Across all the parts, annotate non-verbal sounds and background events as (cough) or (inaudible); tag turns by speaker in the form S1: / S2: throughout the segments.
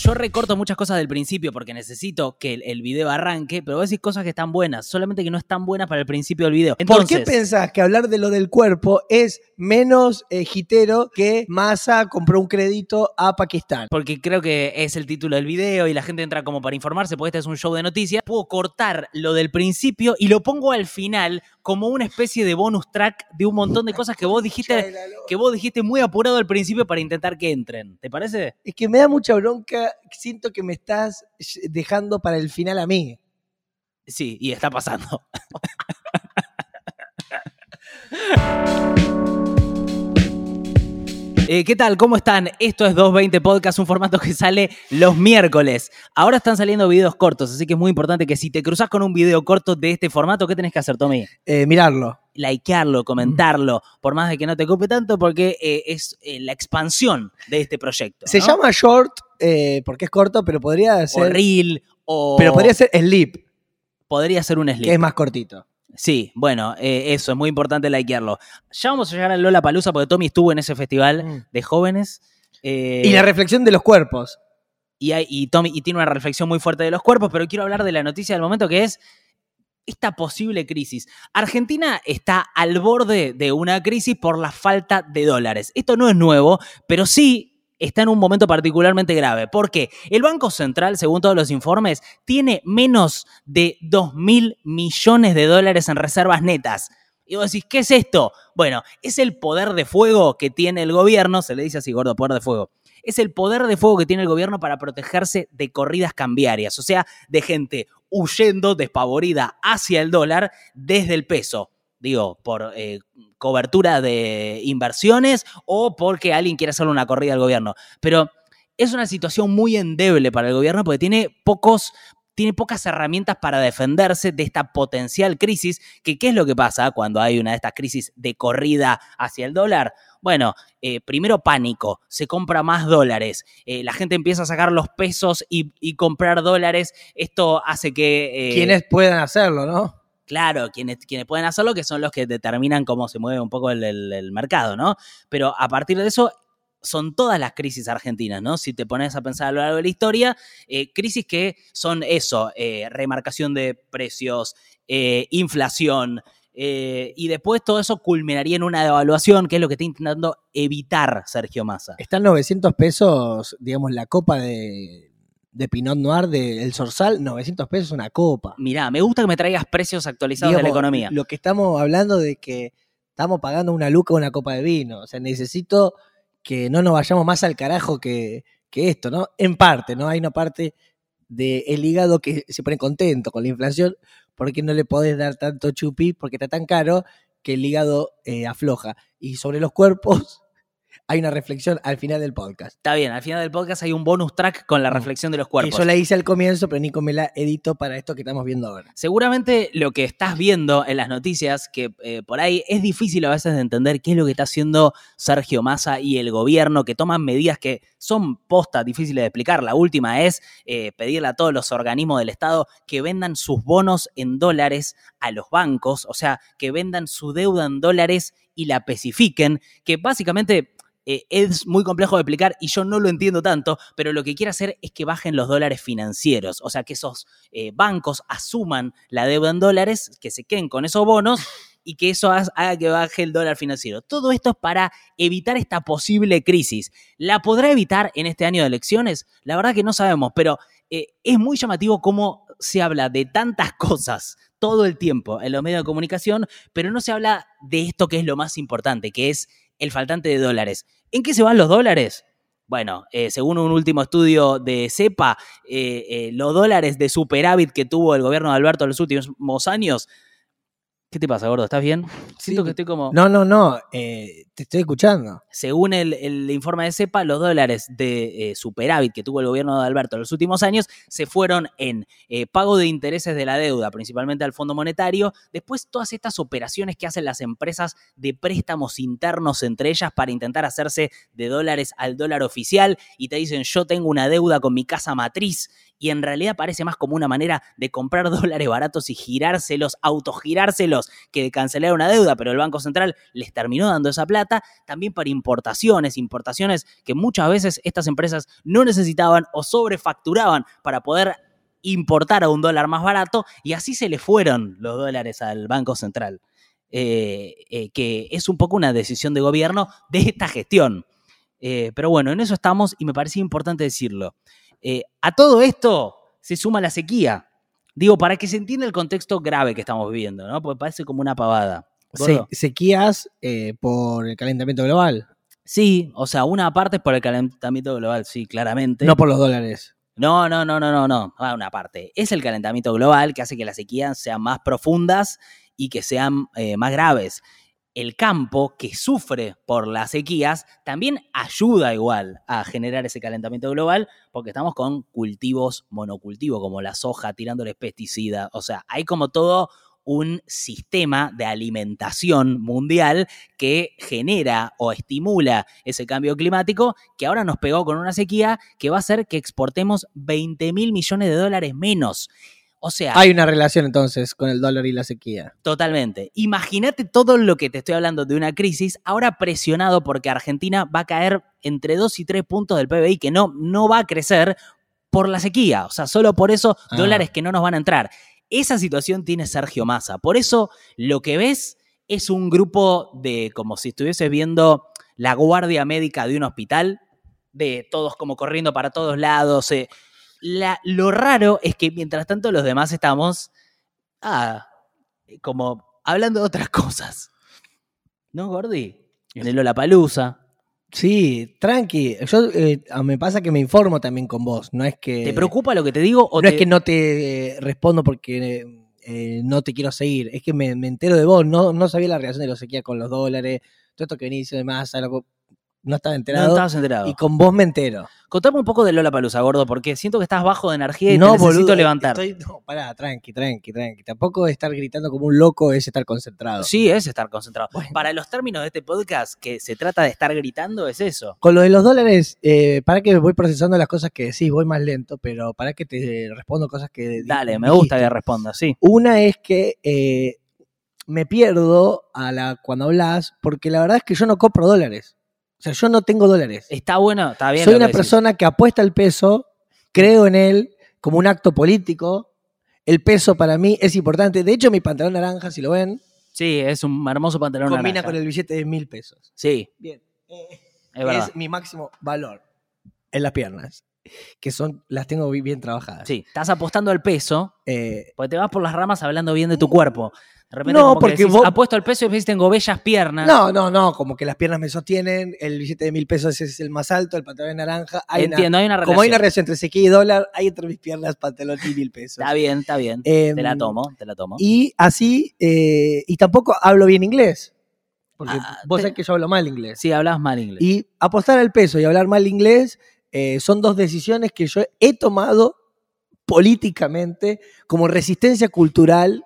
S1: yo recorto muchas cosas del principio porque necesito que el, el video arranque, pero voy a decir cosas que están buenas, solamente que no están buenas para el principio del video.
S2: ¿Por qué
S1: Entonces,
S2: pensás que hablar de lo del cuerpo es menos eh, jitero que Massa compró un crédito a Pakistán?
S1: porque creo que es el título del video y la gente entra como para informarse, porque este es un show de noticias, puedo cortar lo del principio y lo pongo al final como una especie de bonus track de un montón de cosas que vos dijiste que vos dijiste muy apurado al principio para intentar que entren. ¿Te parece?
S2: Es que me da mucha bronca, siento que me estás ll- dejando para el final a mí.
S1: Sí, y está pasando. (laughs) Eh, ¿Qué tal? ¿Cómo están? Esto es 220 Podcast, un formato que sale los miércoles. Ahora están saliendo videos cortos, así que es muy importante que si te cruzas con un video corto de este formato, ¿qué tenés que hacer, Tommy?
S2: Eh, mirarlo.
S1: Likearlo, comentarlo, por más de que no te ocupe tanto, porque eh, es eh, la expansión de este proyecto.
S2: Se
S1: ¿no?
S2: llama short eh, porque es corto, pero podría
S1: O
S2: ser.
S1: reel, o
S2: Pero podría ser sleep,
S1: podría ser un slip.
S2: que es más cortito.
S1: Sí, bueno, eh, eso, es muy importante likearlo. Ya vamos a llegar al Lola Palusa porque Tommy estuvo en ese festival de jóvenes. eh,
S2: Mm. Y la reflexión de los cuerpos.
S1: y, hay- y Tommy y tiene una reflexión muy fuerte de los cuerpos, pero quiero hablar de la noticia del momento que es esta posible crisis. Argentina está al borde de una crisis por la falta de dólares. Esto no es nuevo, pero sí está en un momento particularmente grave. ¿Por qué? El Banco Central, según todos los informes, tiene menos de 2 mil millones de dólares en reservas netas. Y vos decís, ¿qué es esto? Bueno, es el poder de fuego que tiene el gobierno, se le dice así, gordo, poder de fuego. Es el poder de fuego que tiene el gobierno para protegerse de corridas cambiarias, o sea, de gente huyendo despavorida hacia el dólar desde el peso. Digo, por eh, cobertura de inversiones o porque alguien quiere hacerle una corrida al gobierno. Pero es una situación muy endeble para el gobierno porque tiene pocos tiene pocas herramientas para defenderse de esta potencial crisis, que qué es lo que pasa cuando hay una de estas crisis de corrida hacia el dólar. Bueno, eh, primero pánico, se compra más dólares, eh, la gente empieza a sacar los pesos y, y comprar dólares, esto hace que... eh,
S2: Quienes puedan hacerlo, ¿no?
S1: Claro, quienes, quienes pueden hacerlo, que son los que determinan cómo se mueve un poco el, el- el mercado, ¿no? Pero a partir de eso, son todas las crisis argentinas, ¿no? Si te pones a pensar a lo largo de la historia, eh, crisis que son eso, eh, remarcación de precios, eh, inflación, eh, y después todo eso culminaría en una devaluación, que es lo que está intentando evitar Sergio Massa.
S2: Están 900 pesos, digamos, la copa de, de Pinot Noir del El Zorzal. 900 pesos una copa.
S1: Mirá, me gusta que me traigas precios actualizados de la
S2: Digamos,
S1: economía.
S2: Lo que estamos hablando de que estamos pagando una luca una copa de vino. O sea, necesito que no nos vayamos más al carajo que, que esto, ¿no? En parte, ¿no? Hay una parte del hígado que se pone contento con la inflación porque no le podés dar tanto chupi porque está tan caro que el hígado eh, afloja. Y sobre los cuerpos (laughs) hay una reflexión al final del podcast.
S1: Está bien, al final del podcast hay un bonus track con la
S2: Mm.
S1: reflexión de los
S2: Que
S1: cuerpos.
S2: yo la hice al comienzo, pero Nico me la editó para esto que estamos viendo ahora.
S1: Seguramente lo que estás viendo en las noticias, que eh, por ahí es difícil a veces de entender qué es lo que está haciendo Sergio Massa y el gobierno, que toman medidas que son posta difíciles de explicar. La última es eh, pedirle a todos los organismos del Estado que vendan sus bonos en dólares a los bancos, o sea, que vendan su deuda en dólares y la especifiquen, que básicamente... eh, es muy complejo de explicar y yo no lo entiendo tanto, pero lo que quiere hacer es que bajen los dólares financieros, o sea, que esos eh, bancos asuman la deuda en dólares, que se queden con esos bonos y que eso ha- haga que baje el dólar financiero. Todo esto es para evitar esta posible crisis. ¿La podrá evitar en este año de elecciones? La verdad que no sabemos, pero eh, es muy llamativo cómo se habla de tantas cosas todo el tiempo en los medios de comunicación, pero no se habla de esto que es lo más importante, que es el faltante de dólares. ¿En qué se van los dólares? Bueno, eh, según un último estudio de CEPA, eh, eh, los dólares de superávit que tuvo el gobierno de Alberto en los últimos años. ¿Qué te pasa, gordo? ¿Estás bien? Siento que estoy como...
S2: No, no, no, eh, te estoy escuchando.
S1: Según el, el informe de CEPA, los dólares de eh, superávit que tuvo el gobierno de Alberto en los últimos años se fueron en eh, pago de intereses de la deuda, principalmente al Fondo Monetario, después todas estas operaciones que hacen las empresas de préstamos internos entre ellas para intentar hacerse de dólares al dólar oficial y te dicen yo tengo una deuda con mi casa matriz y en realidad parece más como una manera de comprar (laughs) dólares baratos y girárselos, autogirárselos, que de cancelar una deuda, pero el Banco Central les terminó dando esa plata, también para importaciones, importaciones que muchas veces estas empresas no necesitaban o sobrefacturaban para poder importar a un dólar más barato y así se le fueron los dólares al Banco Central, Eh, eh, que es un poco una decisión de gobierno de esta gestión. Eh, pero bueno, en eso estamos y me parecía importante decirlo. Eh, a todo esto se suma la sequía. Digo, para que se entienda el contexto grave que estamos viviendo, ¿no? Porque parece como una pavada.
S2: Se-
S1: Gordo.
S2: sequías eh, por el calentamiento global,
S1: Sí, o sea, una parte es por el calentamiento global, sí, claramente.
S2: no por los dólares.
S1: No, no, no, no, no, no. Va una parte. Es el calentamiento global que hace que las sequías sean más profundas y que sean eh, más graves. El campo que sufre por las sequías también ayuda igual a generar ese calentamiento global porque estamos con cultivos monocultivos como la soja tirándoles pesticidas. O sea, hay como todo un sistema de alimentación mundial que genera o estimula ese cambio climático que ahora nos pegó con una sequía que va a hacer que exportemos 20 mil millones de dólares menos. O sea,
S2: Hay una relación entonces con el dólar y la sequía.
S1: Totalmente. Imagínate todo lo que te estoy hablando de una crisis, ahora presionado porque Argentina va a caer entre 2 y 3 puntos del PBI, que no, no va a crecer por la sequía. O sea, solo por eso
S2: Ah.
S1: dólares que no nos van a entrar. Esa situación tiene Sergio Massa. Por eso lo que ves es un grupo de como si estuvieses viendo la guardia médica de un hospital, de todos como corriendo para todos lados. eh. La- lo raro es que mientras tanto los demás estamos ah, como hablando de otras (laughs) cosas. ¿No, Gordi? En el Lollapalooza.
S2: Sí, tranqui. Yo eh, a- me pasa que me informo también con vos. No es que
S1: ¿Te preocupa lo que te digo? O
S2: Eh,
S1: te-
S2: no es que no te eh, respondo porque eh, eh, no te quiero seguir. Es que me, me entero de vos. No, no sabía la relación de la sequía con los dólares, todo esto que venís de masa, loco, no estaba
S1: no
S2: enterado.
S1: estabas enterado?
S2: y con vos me entero.
S1: Contame un poco de Lollapalooza, Gordo, porque siento que estás bajo de energía y
S2: no,
S1: te necesito
S2: boludo,
S1: levantar.
S2: Estoy, no, pará, tranqui, tranqui, tranqui. Tampoco estar gritando como un loco es estar concentrado.
S1: Sí, es estar concentrado.
S2: Bueno.
S1: Para los términos de este podcast, que se trata de estar gritando, es eso.
S2: Con lo de los dólares, eh, para que voy procesando las cosas que decís, voy más lento, pero para que te respondo cosas que. di-
S1: Dale, me gusta que
S2: Eh, dijiste.
S1: respondas, sí.
S2: Una es que eh, me pierdo a la, cuando hablas, porque la verdad es que yo no compro dólares. O sea, yo no tengo dólares.
S1: Está bueno, está bien.
S2: Soy
S1: lo que
S2: una
S1: decís.
S2: persona que apuesta al peso, creo en él como un acto político. El peso para mí es importante. De hecho, mi pantalón naranja, si lo ven,
S1: Sí, es un hermoso pantalón
S2: combina
S1: naranja.
S2: con el billete de mil pesos.
S1: Sí,
S2: Bien. Eh,
S1: es verdad.
S2: es mi máximo valor en las piernas, que son las tengo bi- bien trabajadas.
S1: Sí, estás apostando al peso,
S2: Eh,
S1: porque te vas por las ramas hablando bien de tu cuerpo. De repente
S2: No,
S1: como que
S2: porque
S1: decís,
S2: vos-
S1: apuesto al peso y decís, tengo bellas piernas.
S2: no, no, no, como que las piernas me sostienen, el billete de mil pesos ese es el más alto, el pantalón naranja. Hay una-
S1: Entiendo, hay una relación.
S2: como hay una relación entre sequía y dólar, hay entre mis piernas pantalón y mil pesos.
S1: Está bien, está bien.
S2: Em,
S1: te la tomo, te la tomo.
S2: Y así, eh, y tampoco hablo bien inglés, porque
S1: Ah,
S2: vos
S1: te-
S2: sabés que yo hablo mal inglés.
S1: Sí, hablabas mal inglés.
S2: Y apostar al peso y hablar mal inglés eh, son dos decisiones que yo he tomado políticamente como resistencia cultural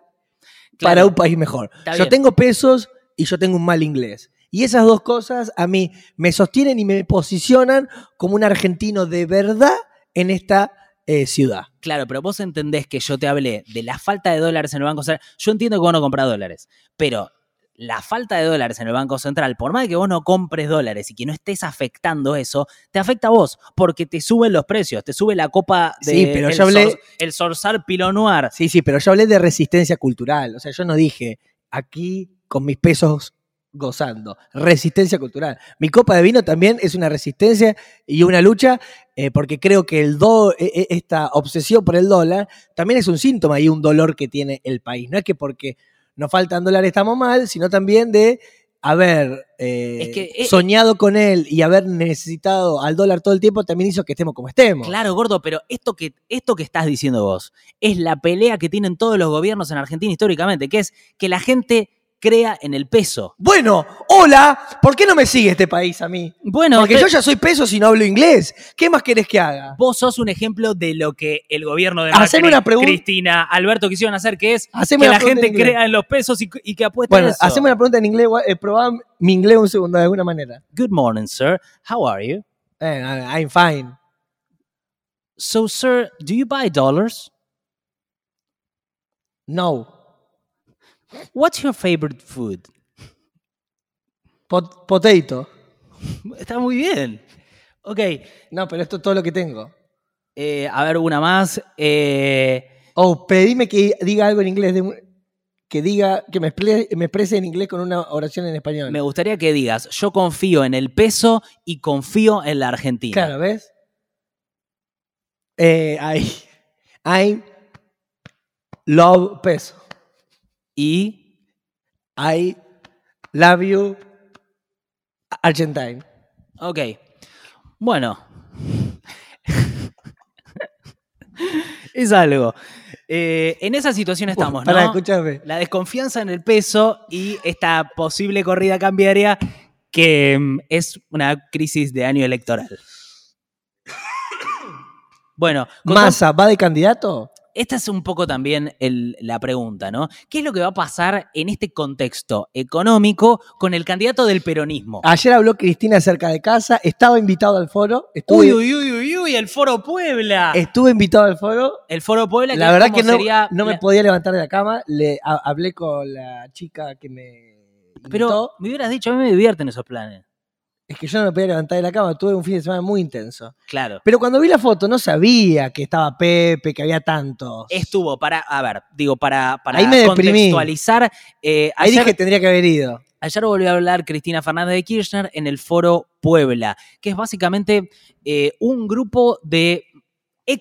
S1: Claro,
S2: para un país mejor.
S1: está
S2: Yo
S1: bien.
S2: tengo pesos y yo tengo un mal inglés. Y esas dos cosas a mí me sostienen y me posicionan como un argentino de verdad en esta eh, ciudad.
S1: Claro, pero vos entendés que yo te hablé de la falta de dólares en el Banco Central. Yo entiendo que vos no comprás dólares, pero la falta de dólares en el Banco Central, por más que vos no compres dólares y que no estés afectando eso, te afecta a vos, porque te suben los precios, te sube la copa de
S2: Sí, pero
S1: el,
S2: yo hablé-
S1: sor- el Sorsar Pinot Noir.
S2: Sí, sí, pero yo hablé de resistencia cultural. O sea, yo no dije aquí con mis pesos gozando. Resistencia cultural. Mi copa de vino también es una resistencia y una lucha eh, porque creo que el do, e- e- esta obsesión por el dólar también es un síntoma y un dolor que tiene el país. No es que porque nos faltan dólares estamos mal, sino también de haber eh,
S1: Es que, eh,
S2: soñado con él y haber necesitado al dólar todo el tiempo también hizo que estemos como estemos.
S1: Claro, gordo, pero esto que, esto que estás diciendo vos es la pelea que tienen todos los gobiernos en Argentina históricamente, que es que la gente crea en el peso.
S2: Bueno, hola, ¿por qué no me sigue este país a mí?
S1: Bueno,
S2: Porque
S1: te-
S2: yo ya soy peso si no hablo inglés. ¿Qué más querés que haga?
S1: vos sos un ejemplo de lo que el gobierno de
S2: Haceme
S1: Macri,
S2: una pregunta.
S1: Cristina, Alberto quisieron hacer, que es
S2: Haceme
S1: que
S2: una
S1: la
S2: pregunta
S1: gente
S2: en inglés.
S1: crea en los pesos y, y que apueste
S2: Bueno,
S1: a eso.
S2: haceme una pregunta en inglés. gua- Eh, probá mi inglés un segundo de alguna manera.
S1: Good morning, sir. How are you?
S2: Eh, I'm fine.
S1: So, sir, do you buy dollars?
S2: No.
S1: What's your favorite food?
S2: Pot- potato.
S1: Está muy bien. Ok,
S2: No, pero esto es todo lo que tengo.
S1: eh, a ver una más. Eh,
S2: Oh, pedime que diga algo en inglés. de un- que diga, que me, expre- me exprese en inglés con una oración en español.
S1: me gustaría que digas, yo confío en el peso y confío en la Argentina.
S2: Claro, ¿ves? Eh, I, I love peso.
S1: Y
S2: I love you, Argentine.
S1: Ok. Bueno. (laughs) es algo. Eh, en esa situación estamos,
S2: Para,
S1: ¿no?
S2: escúchame.
S1: La desconfianza en el peso y esta posible corrida cambiaria que mm, es una crisis de año electoral. Bueno, contá-
S2: Massa, ¿va de candidato?
S1: esta es un poco también el- la pregunta, ¿no? ¿Qué es lo que va a pasar en este contexto económico con el candidato del peronismo?
S2: Ayer habló Cristina cerca de casa, estaba invitado al foro.
S1: Uy,
S2: Estuve,
S1: uy, uy, uy, uy, el Foro Puebla.
S2: estuve invitado al foro.
S1: El Foro Puebla,
S2: La,
S1: que es
S2: verdad
S1: como
S2: que no,
S1: sería
S2: no me
S1: la-
S2: podía levantar de la cama. Le ha- hablé con la chica que me invitó.
S1: Pero me hubieras dicho, a mí me divierten esos planes.
S2: es que yo no me podía levantar de la cama. Tuve un fin de semana muy intenso.
S1: Claro.
S2: Pero cuando vi la foto no sabía que estaba Pepe, que había tantos.
S1: Estuvo para, a ver, digo, para, para
S2: Ahí me deprimí.
S1: contextualizar. eh,
S2: Ahí
S1: ayer,
S2: dije que tendría que haber ido.
S1: ayer volvió a hablar Cristina Fernández de Kirchner en el Foro Puebla, que es básicamente eh, un grupo de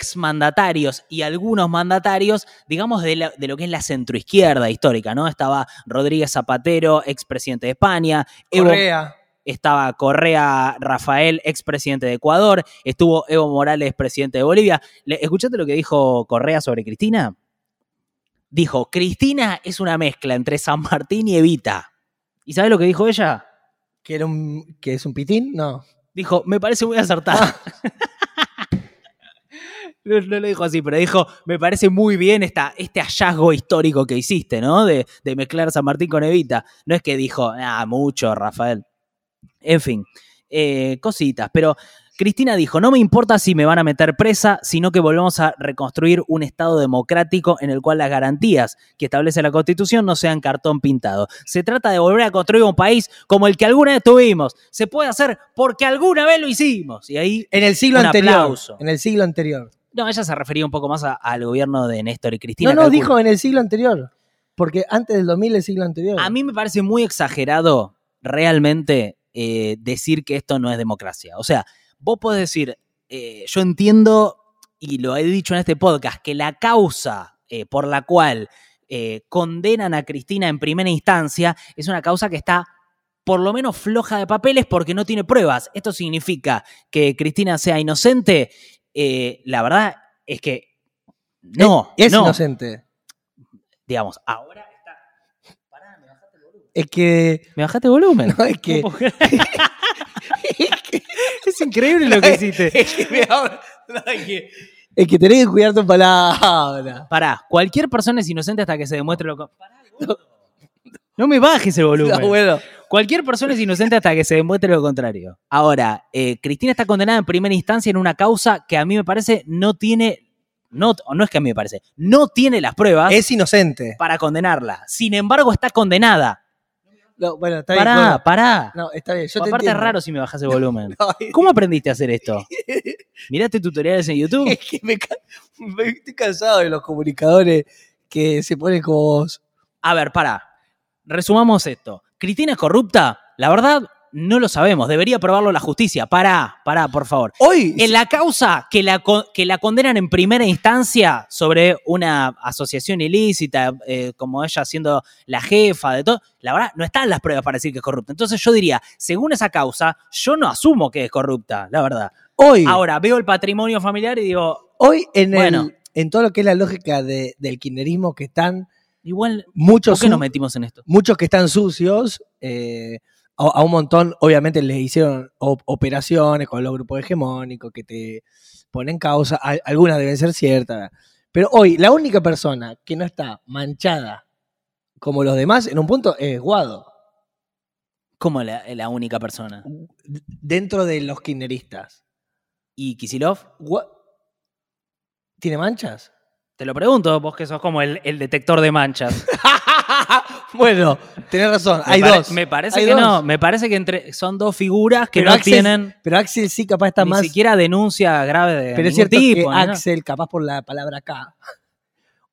S1: exmandatarios y algunos mandatarios, digamos, de, la- de lo que es la centroizquierda histórica, ¿no? Estaba Rodríguez Zapatero, expresidente de España, Evo,
S2: Correa.
S1: estaba Correa Rafael, expresidente de Ecuador, estuvo Evo Morales, presidente de Bolivia. Le- ¿Escuchaste lo que dijo Correa sobre Cristina? Dijo, Cristina es una mezcla entre San Martín y Evita. ¿Y sabes lo que dijo ella?
S2: Que, era un, que es un pitín, no.
S1: Dijo, me parece muy acertada. (laughs) No, no lo dijo así, pero dijo, me parece muy bien esta, este hallazgo histórico que hiciste, ¿no? De, de mezclar San Martín con Evita. No es que dijo, ah, mucho, Rafael. En fin, eh, cositas. Pero Cristina dijo, no me importa si me van a meter presa, sino que volvemos a reconstruir un Estado democrático en el cual las garantías que establece la Constitución no sean cartón pintado. Se trata de volver a construir un país como el que alguna vez tuvimos. Se puede hacer porque alguna vez lo hicimos. Y ahí
S2: En el siglo
S1: Un
S2: anterior.
S1: aplauso.
S2: En el siglo anterior.
S1: no, ella se refería un poco más a- al gobierno de Néstor y Cristina.
S2: No, no,
S1: calculo.
S2: dijo en el siglo anterior. Porque antes del 2000, el siglo anterior.
S1: A mí me parece muy exagerado realmente eh, decir que esto no es democracia. O sea, vos podés decir, eh, yo entiendo, y lo he dicho en este podcast, que la causa eh, por la cual eh, condenan a Cristina en primera instancia es una causa que está por lo menos floja de papeles porque no tiene pruebas. Esto significa que Cristina sea inocente. Eh, la verdad es que no,
S2: Es
S1: no.
S2: inocente.
S1: Digamos, ahora está... Pará, me bajaste el volumen.
S2: Es que. (laughs)
S1: Me bajaste el volumen.
S2: No, es que.
S1: No puedo creer. (laughs) es increíble lo que hiciste.
S2: Es que, me abro- no, es que- es que tenés que cuidar tu palabra.
S1: (laughs) Pará, cualquier persona es inocente hasta que se demuestre lo contrario. No me bajes el volumen.
S2: No, bueno.
S1: Cualquier persona es inocente hasta que se demuestre lo contrario. Ahora, eh, Cristina está condenada en primera instancia en una causa que a mí me parece no tiene. No, no es que a mí me parece. No tiene las pruebas
S2: Es inocente.
S1: para condenarla. Sin embargo, está condenada.
S2: No, bueno, está bien. bueno.
S1: Pará, pará.
S2: No, está bien. Yo te
S1: Aparte es
S2: entiendo.
S1: raro si me bajas el volumen.
S2: (laughs) No, es-
S1: ¿Cómo aprendiste a hacer esto? ¿Miraste tutoriales en
S2: (laughs)
S1: YouTube?
S2: Es que me, ca- me- estoy cansado de los comunicadores que se ponen como vos.
S1: A ver, pará. Resumamos esto. ¿Cristina es corrupta? La verdad, no lo sabemos. Debería probarlo la justicia. Pará, pará, por favor.
S2: Hoy.
S1: En la causa que la, con- que la condenan en primera instancia sobre una asociación ilícita, eh, como ella siendo la jefa de todo, la verdad, no están las pruebas para decir que es corrupta. Entonces yo diría, según esa causa, yo no asumo que es corrupta, la verdad.
S2: Hoy.
S1: Ahora, veo el patrimonio familiar y digo,
S2: Hoy en, el-
S1: Bueno.
S2: en todo lo que es la lógica de- del kirchnerismo que están
S1: igual, ¿por
S2: muchos,
S1: qué nos
S2: su-
S1: metimos en esto?
S2: muchos que están sucios, eh, a, a un montón obviamente les hicieron o- operaciones con los grupos hegemónicos que te ponen causa, a- algunas deben ser ciertas, pero hoy la única persona que no está manchada como los demás en un punto es Guado,
S1: Como la, la única persona.
S2: dentro de los kirchneristas.
S1: ¿Y Kisilov?
S2: Gua- ¿Tiene manchas? (laughs)
S1: Te lo pregunto, vos que sos como el, el detector de
S2: (laughs)
S1: manchas.
S2: bueno, tenés razón,
S1: Me
S2: hay
S1: pare-
S2: dos.
S1: Me parece
S2: Hay
S1: que
S2: dos.
S1: no, me parece que entre, son dos figuras que
S2: Pero
S1: no
S2: Axel-
S1: tienen
S2: Pero Axel sí capaz está
S1: ni
S2: más...
S1: siquiera denuncia grave de
S2: Pero
S1: ningún
S2: es cierto que
S1: tipo. ni nada.
S2: Axel, capaz por la palabra acá,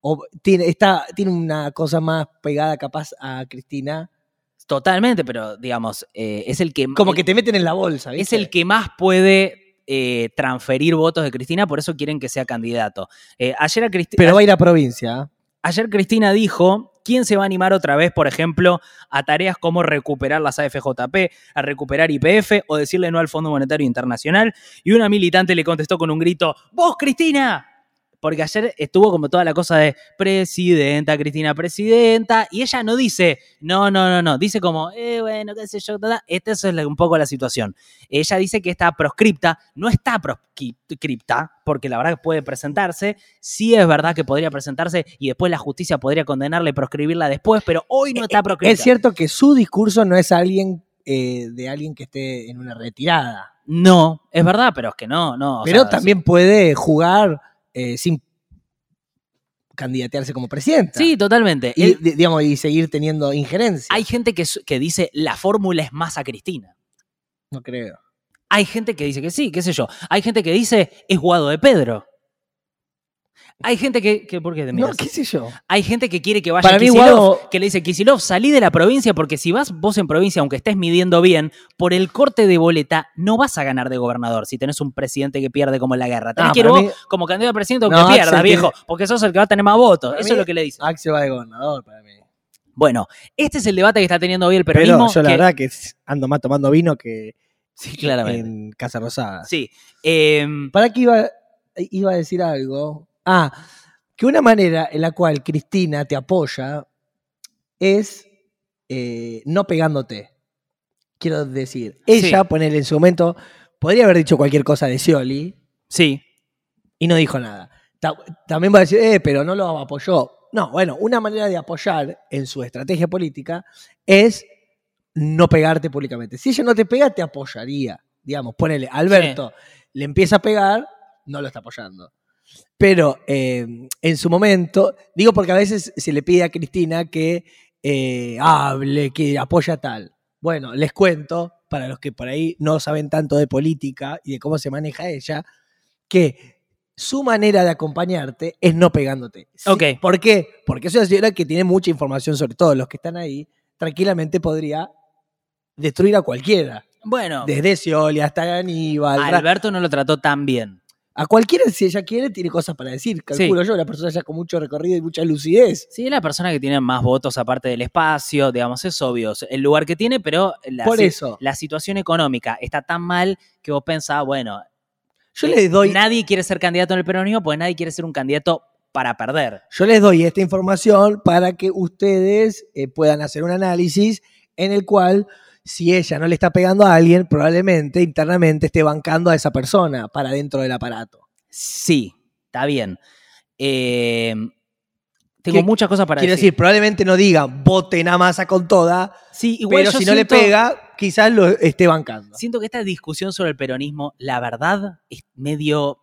S2: o tiene, está, tiene una cosa más pegada capaz a Cristina.
S1: Totalmente, pero digamos, eh, es el que
S2: Como que te meten en la bolsa, ¿viste?
S1: es el que más puede eh, transferir votos de Cristina, por eso quieren que sea candidato. Eh, ayer, a Cristi-
S2: Pero va a ir a provincia. ¿eh?
S1: ayer Cristina dijo, ¿quién se va a animar otra vez, por ejemplo, a tareas como recuperar las AFJP, a recuperar IPF o decirle no al Fondo Monetario Internacional? Y una militante le contestó con un grito, ¡Vos, Cristina! Porque ayer estuvo como toda la cosa de presidenta, Cristina, presidenta, y ella no dice, no, no, no, no, dice como, eh, bueno, qué sé yo, ta, ta". esta es la- un poco la situación. Ella dice que está proscripta, no está proscripta, porque la verdad que puede presentarse, sí es verdad que podría presentarse y después la justicia podría condenarla y proscribirla después, pero hoy no está proscripta.
S2: Es cierto que su discurso no es alguien eh, de alguien que esté en una retirada.
S1: No, es verdad, pero es que no, no. o
S2: pero
S1: sea,
S2: también puede jugar eh, sin candidatearse como presidenta.
S1: Sí, totalmente.
S2: Y,
S1: Él-
S2: di- digamos, y seguir teniendo injerencia.
S1: Hay gente que, su- que dice la fórmula es más a Cristina.
S2: no creo.
S1: Hay gente que dice que sí, qué sé yo. Hay gente que dice es Guado de Pedro. Hay gente que. que- ¿Por qué te
S2: No,
S1: miras?
S2: qué sé yo.
S1: Hay gente que quiere que vaya
S2: Para mí,
S1: Kicillof,
S2: Guado-
S1: que le dice, Kisilov, salí de la provincia porque si vas vos en provincia, aunque estés midiendo bien, por el corte de boleta no vas a ganar de gobernador si tenés un presidente que pierde como en la guerra. Tenés
S2: Ah,
S1: que ir
S2: para
S1: vos
S2: mí-
S1: como candidato a presidente aunque
S2: No,
S1: pierdas,
S2: Axel tiene-
S1: viejo, porque sos el que va a tener más votos.
S2: Para
S1: Eso
S2: mí-
S1: es lo que le dice.
S2: Axel Ah, va de gobernador para mí.
S1: Bueno, este es el debate que está teniendo hoy el
S2: Pero
S1: peronismo.
S2: yo la
S1: que-
S2: verdad que ando más tomando vino que
S1: Sí, claramente.
S2: en Casa Rosada.
S1: Sí. em,
S2: ¿Para qué iba, iba a decir algo? Ah, que una manera en la cual Cristina te apoya es eh, no pegándote. Quiero decir, ella, ponerle en su momento, podría haber dicho cualquier cosa de Scioli
S1: sí.
S2: y no dijo nada. Ta- también va a decir, eh, pero no lo apoyó. No, bueno, una manera de apoyar en su estrategia política es no pegarte públicamente. Si ella no te pega, te apoyaría. Digamos, ponele, Alberto le empieza a pegar, no lo está apoyando. Pero eh, en su momento, digo porque a veces se le pide a Cristina que eh, hable, que apoya tal. Bueno, les cuento, para los que por ahí no saben tanto de política y de cómo se maneja ella, que su manera de acompañarte es no pegándote. Sí,
S1: Ok.
S2: ¿Por qué? Porque es una señora que tiene mucha información sobre todos los que están ahí, tranquilamente podría destruir a cualquiera.
S1: Bueno,
S2: Desde Scioli hasta Aníbal. Ra-
S1: Alberto no lo trató tan bien.
S2: a cualquiera, si ella quiere, tiene cosas para decir. Calculo yo, una persona ya con mucho recorrido y mucha lucidez.
S1: Sí, es la persona que tiene más votos aparte del espacio, digamos, es obvio el lugar que tiene, pero la,
S2: Por
S1: si-
S2: eso,
S1: la situación económica está tan mal que vos pensás, bueno, eh,
S2: yo les, doy,
S1: nadie quiere ser candidato en el peronismo porque nadie quiere ser un candidato para perder.
S2: yo les doy esta información para que ustedes eh, puedan hacer un análisis en el cual, si ella no le está pegando a alguien, probablemente internamente esté bancando a esa persona para dentro del aparato.
S1: Sí, está bien. Eh, tengo
S2: ¿Qué-
S1: muchas cosas para
S2: Quiero
S1: decir.
S2: decir, probablemente no diga, voten a masa con toda,
S1: Sí, igual
S2: pero
S1: yo
S2: si no le
S1: siento-
S2: pega, quizás lo esté bancando.
S1: Siento que esta discusión sobre el peronismo, la verdad, es medio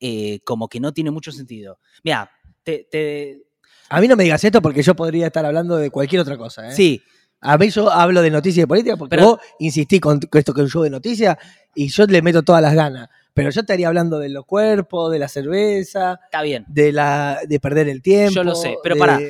S1: eh, como que no tiene mucho sentido. Mira, te,
S2: ¿Eh?
S1: te-
S2: A mí no me digas esto porque yo podría estar hablando de cualquier otra cosa. ¿eh?
S1: sí,
S2: A mí yo hablo de noticias y de política porque
S1: Pero-
S2: vos insistís con con esto que yo de noticias y yo le meto todas las ganas. Pero yo estaría hablando de los cuerpos, de la cerveza,
S1: está bien.
S2: de la de perder el tiempo.
S1: Yo lo sé, pero
S2: de
S1: pará.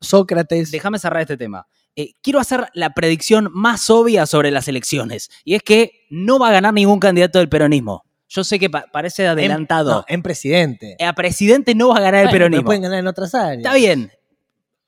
S2: Sócrates.
S1: Déjame cerrar este tema. Eh, quiero hacer la predicción más obvia sobre las elecciones, y es que no va a ganar ningún candidato del peronismo. Yo sé que pa- parece
S2: en-
S1: adelantado.
S2: Em, no, en presidente.
S1: Eh, A presidente no va a ganar
S2: Bueno,
S1: el
S2: pero
S1: peronismo.
S2: pueden ganar en otras áreas.
S1: Está bien.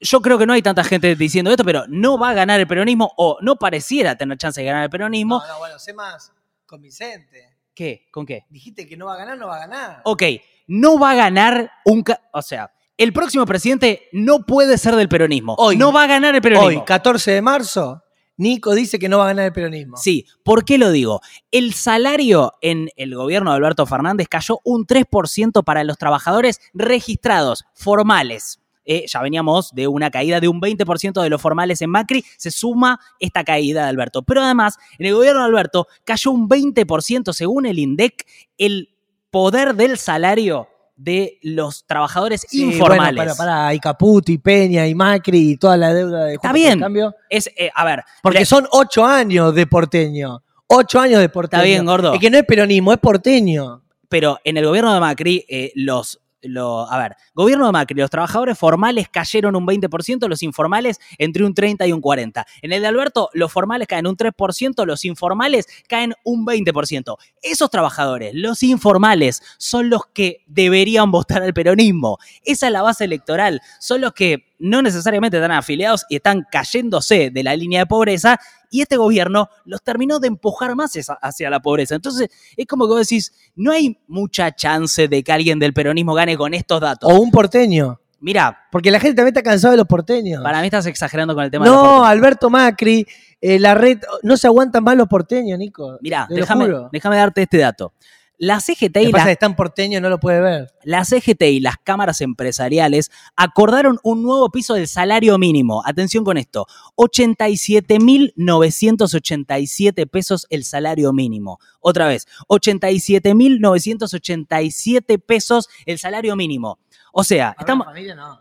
S1: Yo creo que no hay tanta gente diciendo esto, pero no va a ganar el peronismo o no pareciera tener chance de ganar el peronismo.
S2: No, no, bueno, sé más con Vicente.
S1: ¿Qué? ¿Con qué?
S2: Dijiste que no va a ganar, no va a ganar.
S1: ok, no va a ganar un... ca- O sea, el próximo presidente no puede ser del peronismo.
S2: Hoy.
S1: no va a ganar el peronismo.
S2: Hoy, 14 de marzo, Nico dice que no va a ganar el peronismo.
S1: Sí, ¿por qué lo digo? El salario en el gobierno de Alberto Fernández cayó un 3% para los trabajadores registrados, formales. Eh, ya veníamos de una caída de un 20% de los formales en Macri, se suma esta caída de Alberto. Pero además, en el gobierno de Alberto cayó un 20%, según el INDEC, el poder del salario de los trabajadores
S2: Sí,
S1: informales.
S2: Bueno, para, para, y Caputo, y Peña, y Macri, y toda la deuda de
S1: Está
S2: Juntos por
S1: bien.
S2: el Cambio.
S1: Es, eh, a ver,
S2: Porque
S1: le-
S2: son ocho años de porteño. Ocho años de porteño.
S1: bien, gordo.
S2: Es que no es peronismo, es porteño.
S1: pero en el gobierno de Macri, eh, los. lo- a ver, gobierno de Macri, los trabajadores formales cayeron un 20%, los informales entre un 30 y un 40%. En el de Alberto, los formales caen un 3%, los informales caen un 20%. Esos trabajadores, los informales, son los que deberían votar al peronismo. Esa es la base electoral. Son los que no necesariamente están afiliados y están cayéndose de la línea de pobreza. Y este gobierno los terminó de empujar más esa- hacia la pobreza. Entonces, es como que vos decís, no hay mucha chance de que alguien del peronismo gane con estos datos.
S2: O un porteño.
S1: Mirá,
S2: Porque la gente también está cansada de los porteños.
S1: para mí estás exagerando con el tema de los
S2: no,
S1: porteños.
S2: Alberto Macri, eh, la red. No se aguantan más los porteños, Nico.
S1: Mirá,
S2: te lo
S1: déjame
S2: juro.
S1: déjame darte este dato. La
S2: Lo
S1: CGT
S2: que
S1: y la
S2: pasa es que es tan porteño no lo puede ver.
S1: la CGT y las cámaras empresariales acordaron un nuevo piso del salario mínimo. Atención con esto, 87.987 pesos el salario mínimo. Otra vez, 87.987 pesos el salario mínimo. O sea, estamos,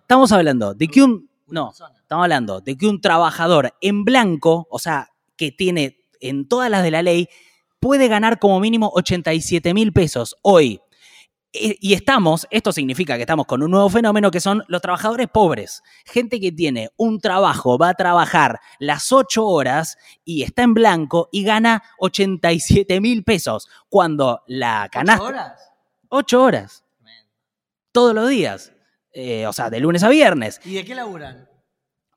S1: estamos hablando de que un... No, Estamos hablando de que un trabajador en blanco, o sea, que tiene en todas las de la ley, puede ganar como mínimo 87 mil pesos hoy. E- Y estamos, esto significa que estamos con un nuevo fenómeno que son los trabajadores pobres. Gente que tiene un trabajo, va a trabajar las 8 horas y está en blanco y gana 87 mil pesos. Cuando la canasta. Ocho horas. Todos los días. Eh, o sea, de lunes a viernes.
S2: ¿Y de qué laburan?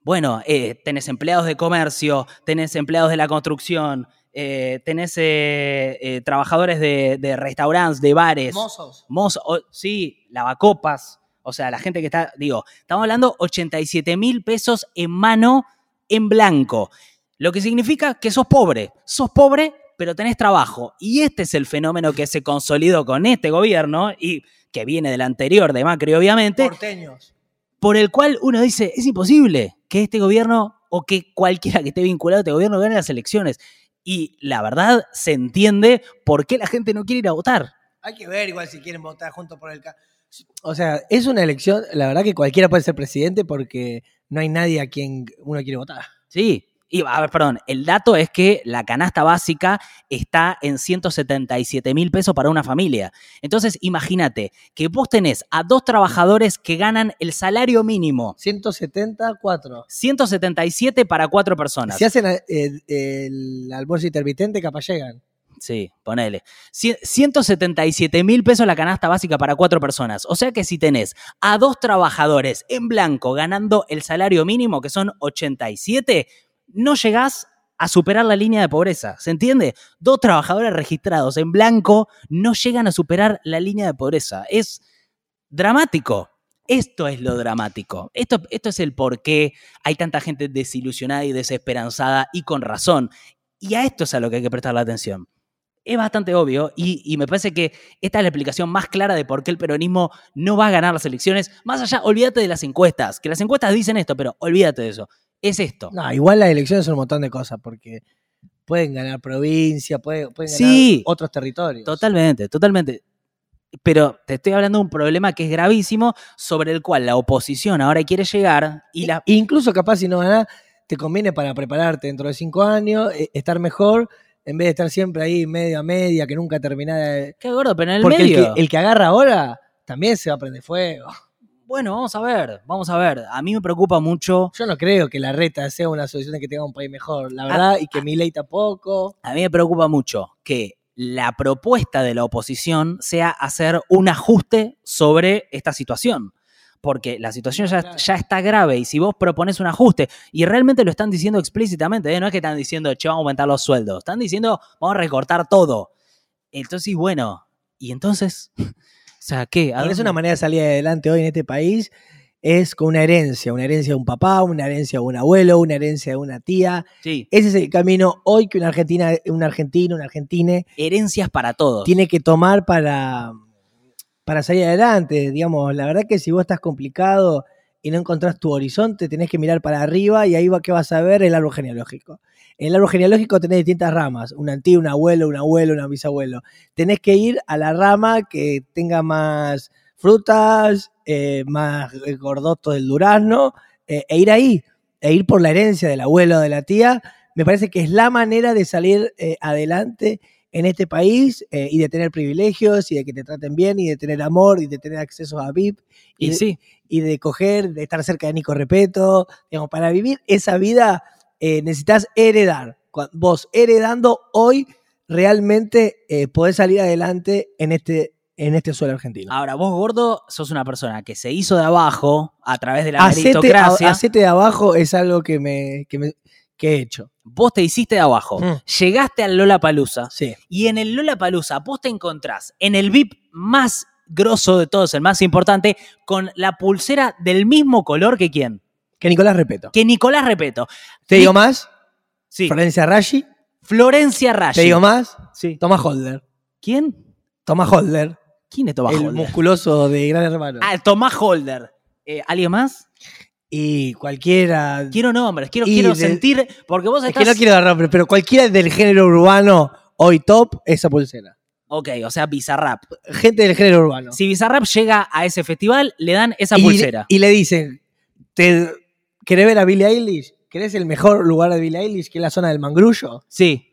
S1: Bueno, eh, tenés empleados de comercio, tenés empleados de la construcción, eh, tenés eh, eh, trabajadores de, de restaurantes, de bares,
S2: Mozos.
S1: mozos, o- sí, lavacopas, o sea, la gente que está, digo, estamos hablando 87 mil pesos en mano en blanco, lo que significa que sos pobre, sos pobre, pero tenés trabajo. Y este es el fenómeno que se consolidó con este gobierno y que viene del anterior de Macri, obviamente
S2: Porteños.
S1: por el cual uno dice, es imposible que este gobierno o que cualquiera que esté vinculado a este gobierno gane las elecciones. Y la verdad se entiende por qué la gente no quiere ir a votar.
S2: Hay que ver igual si quieren votar juntos por el... ca- O sea, es una elección, la verdad que cualquiera puede ser presidente porque no hay nadie a quien uno quiere votar.
S1: Sí. Y, a ver, perdón, el dato es que la canasta básica está en 177 mil pesos para una familia. Entonces, imagínate que vos tenés a dos trabajadores que ganan el salario mínimo,
S2: 174.
S1: 177 para cuatro personas.
S2: Si hacen eh, el almuerzo intermitente, capaz llegan.
S1: Sí, ponele. Cien- 177 mil pesos la canasta básica para cuatro personas. O sea que si tenés a dos trabajadores en blanco ganando el salario mínimo, que son 87, no llegás a superar la línea de pobreza. ¿Se entiende? Dos trabajadores registrados en blanco no llegan a superar la línea de pobreza. Es dramático. Esto es lo dramático. Esto, esto es el por qué hay tanta gente desilusionada y desesperanzada y con razón. Y a esto es a lo que hay que prestar la atención. Es bastante obvio y, y me parece que esta es la explicación más clara de por qué el peronismo no va a ganar las elecciones. Más allá, olvídate de las encuestas, que las encuestas dicen esto, pero olvídate de eso. Es esto.
S2: No, igual las elecciones son un montón de cosas porque pueden ganar provincia, pueden, pueden ganar
S1: Sí.
S2: otros territorios.
S1: Totalmente, totalmente. Pero te estoy hablando de un problema que es gravísimo sobre el cual la oposición ahora quiere llegar y la...
S2: E Incluso capaz si no ganás, te conviene para prepararte dentro de cinco años, e- estar mejor, en vez de estar siempre ahí medio a media, que nunca terminás de...
S1: Qué gordo, pero en el
S2: Porque el
S1: medio...
S2: que, el que agarra ahora también se va a prender fuego. (laughs)
S1: Bueno, vamos a ver, vamos a ver. A mí me preocupa mucho,
S2: Yo no creo que la reta sea una solución de que tenga un país mejor,
S1: Ah.
S2: la verdad, y que mi ley tampoco.
S1: a mí me preocupa mucho que la propuesta de la oposición sea hacer un ajuste sobre esta situación. Porque la situación ya,
S2: Claro.
S1: ya está grave y si vos propones un ajuste, y realmente lo están diciendo explícitamente, ¿eh? no es que están diciendo, che, vamos a aumentar los sueldos, están diciendo, vamos a recortar todo. Entonces, bueno, y entonces, (laughs) o sea, ¿qué? ¿A
S2: Ahora es
S1: dónde?
S2: una manera de salir adelante hoy en este país es con una herencia, una herencia de un papá, una herencia de un abuelo, una herencia de una tía.
S1: Sí,
S2: Ese es el camino hoy que una argentina, un argentino, un argentine
S1: herencias para todos.
S2: tiene que tomar para, para salir adelante. Digamos, la verdad que si vos estás complicado y no encontrás tu horizonte, tenés que mirar para arriba y ahí va que vas a ver el árbol genealógico. En el árbol genealógico tenés distintas ramas, una tía, un abuelo, un abuelo, un bisabuelo. Tenés que ir a la rama que tenga más frutas, eh, más el gordoto del durazno, eh, e ir ahí, e ir por la herencia del abuelo o de la tía, me parece que es la manera de salir eh, adelante en este país eh, y de tener privilegios y de que te traten bien y de tener amor y de tener acceso a VIP
S1: Y,
S2: de-
S1: sí,
S2: y de coger, de estar cerca de Nico Repeto. Digamos, para vivir esa vida eh, necesitas heredar. Cua- Vos heredando hoy realmente eh, podés salir adelante en este, en este suelo argentino.
S1: ahora vos, gordo, sos una persona que se hizo de abajo a través de la
S2: Hacete, a-
S1: meritocracia.
S2: hacete de abajo es algo que, me, que, me- que he hecho.
S1: Vos te hiciste de abajo.
S2: Mm.
S1: Llegaste al Lola Palusa.
S2: Sí.
S1: Y en el Lola Palusa, vos te encontrás en el VIP más grosso de todos, el más importante, con la pulsera del mismo color que quién.
S2: Que Nicolás Repeto.
S1: Que Nicolás Repeto.
S2: Te digo más,
S1: Sí.
S2: Florencia Raggi.
S1: Florencia Raya.
S2: Te digo más,
S1: Sí.
S2: Tomás Holder.
S1: ¿Quién?
S2: Tomás Holder,
S1: ¿Quién es Tomás
S2: el
S1: Holder?
S2: musculoso de Gran Hermano.
S1: Ah, Tomás Holder. Eh, ¿Alguien más?
S2: Y cualquiera.
S1: Quiero nombres, quiero,
S2: Y
S1: quiero
S2: de-
S1: sentir, porque vos
S2: Es
S1: estás...
S2: que no quiero dar nombre, pero cualquiera del género urbano hoy top, esa pulsera.
S1: Ok, o sea, Bizarrap.
S2: Gente del género urbano.
S1: Si Bizarrap llega a ese festival, le dan esa
S2: y,
S1: pulsera.
S2: y le dicen, ¿te, ¿querés ver a Billie Eilish? ¿Querés el mejor lugar de Billie Eilish, que es la zona del mangrullo?
S1: Sí.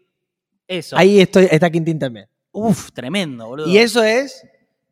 S1: Eso.
S2: Ahí estoy, está Quintín también.
S1: Uf, tremendo, boludo.
S2: Y eso es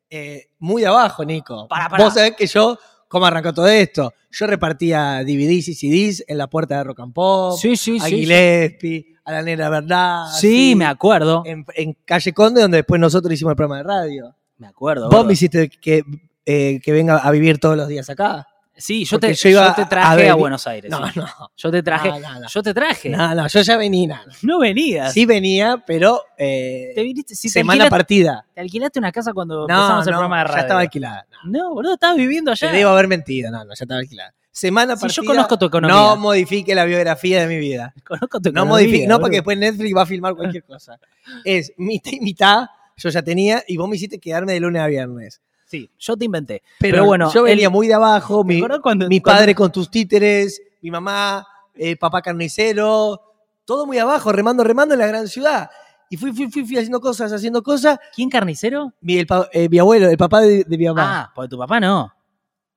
S2: eh, muy de abajo, Nico.
S1: Pará, pará.
S2: Vos sabés que yo, ¿cómo arrancó todo esto? Yo repartía DVDs y CDs en la puerta de Rock and Pop,
S1: Sí, sí,
S2: a
S1: sí.
S2: Gillespie, a la Nena Verdad.
S1: Sí, me acuerdo.
S2: en, en Calle Conde, donde después nosotros hicimos el programa de radio.
S1: Me acuerdo.
S2: Vos
S1: gordo.
S2: me hiciste que, eh, que venga a vivir todos los días acá.
S1: Sí, yo
S2: porque
S1: te,
S2: yo iba
S1: yo te
S2: a-
S1: traje
S2: a
S1: a,
S2: ver-
S1: Buenos Aires.
S2: No,
S1: sí.
S2: no,
S1: Yo te traje.
S2: No, no, no.
S1: Yo te traje. No,
S2: no, no, yo ya venía.
S1: venías.
S2: Sí venía, pero eh,
S1: Te viniste, si te,
S2: semana
S1: alquilaste,
S2: partida.
S1: te alquilaste una casa cuando
S2: No,
S1: empezamos
S2: no,
S1: el programa de radio.
S2: ya estaba alquilada. No,
S1: No, boludo, estabas viviendo allá.
S2: te debo haber mentido, no, no, ya estaba alquilada. Semana
S1: Si
S2: partida.
S1: yo conozco tu economía.
S2: No modifique la biografía de mi vida.
S1: (laughs) Conozco tu
S2: No
S1: economía,
S2: modifique, no,
S1: boludo.
S2: porque después Netflix va a filmar cualquier cosa. Es mitad y mitad, yo ya tenía, y vos me hiciste quedarme de lunes a viernes.
S1: Sí, yo te inventé.
S2: Pero,
S1: Pero bueno,
S2: yo venía
S1: el-
S2: muy de abajo,
S1: ¿Te
S2: mi,
S1: acordás cuando,
S2: mi
S1: cuando-
S2: padre con tus títeres, mi mamá, eh, papá carnicero, todo muy abajo, remando, remando en la gran ciudad. Y fui, fui, fui, fui haciendo cosas, haciendo cosas.
S1: ¿Quién carnicero?
S2: Mi, el pa- eh, mi abuelo, el papá de, de mi mamá.
S1: Ah, porque tu papá no.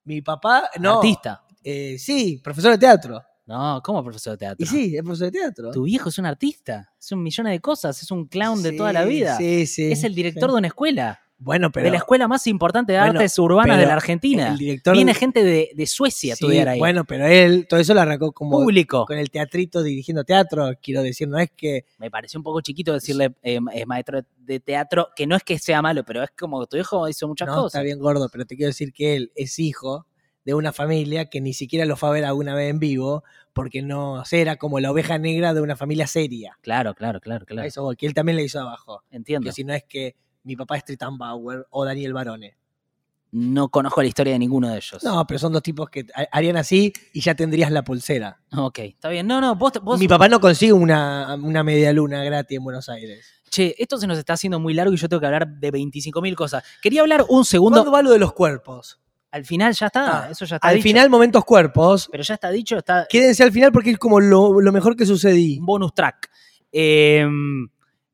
S2: Mi papá, no.
S1: Artista.
S2: eh, sí, profesor de teatro.
S1: No, ¿cómo profesor de teatro?
S2: Y sí, es profesor de teatro.
S1: Tu viejo es un artista. Es un millón de cosas. Es un clown de
S2: Sí,
S1: toda la vida.
S2: Sí, sí.
S1: es el director de una escuela.
S2: Bueno, pero.
S1: de la escuela más importante de
S2: Bueno,
S1: artes urbanas
S2: pero
S1: de la Argentina.
S2: el director
S1: Viene
S2: de-
S1: gente de, de Suecia a
S2: Sí,
S1: estudiar ahí.
S2: Bueno, pero él, todo eso lo arrancó como
S1: Público.
S2: con el teatrito dirigiendo teatro. Quiero decir, no es que.
S1: Me pareció un poco chiquito decirle eh, es maestro de teatro, que no es que sea malo, pero es como tu hijo hizo muchas
S2: no, está
S1: cosas.
S2: bien gordo, pero te quiero decir que él es hijo de una familia que ni siquiera lo fue a ver alguna vez en vivo, porque no sé, era como la oveja negra de una familia seria.
S1: Claro, claro, claro,
S2: A
S1: claro.
S2: Eso voy, que él también le hizo abajo.
S1: Entiendo.
S2: Que si no es que mi papá es Tristan Bauer o Daniel Barone.
S1: No conozco la historia de ninguno de ellos.
S2: No, pero son dos tipos que ha- harían así y ya tendrías la pulsera.
S1: Ok, está bien. No, no, vos, vos-
S2: Mi papá no consigue una, una media luna gratis en Buenos Aires.
S1: Che, esto se nos está haciendo muy largo y yo tengo que hablar de 25.000 cosas. Quería hablar un segundo.
S2: ¿Cuándo va lo de los cuerpos?
S1: Al final ya está,
S2: Ah,
S1: eso ya está
S2: Al
S1: dicho.
S2: final, momentos cuerpos.
S1: Pero ya está dicho, está
S2: Quédense al final porque es como lo, lo mejor que sucedí.
S1: un bonus track. Eh,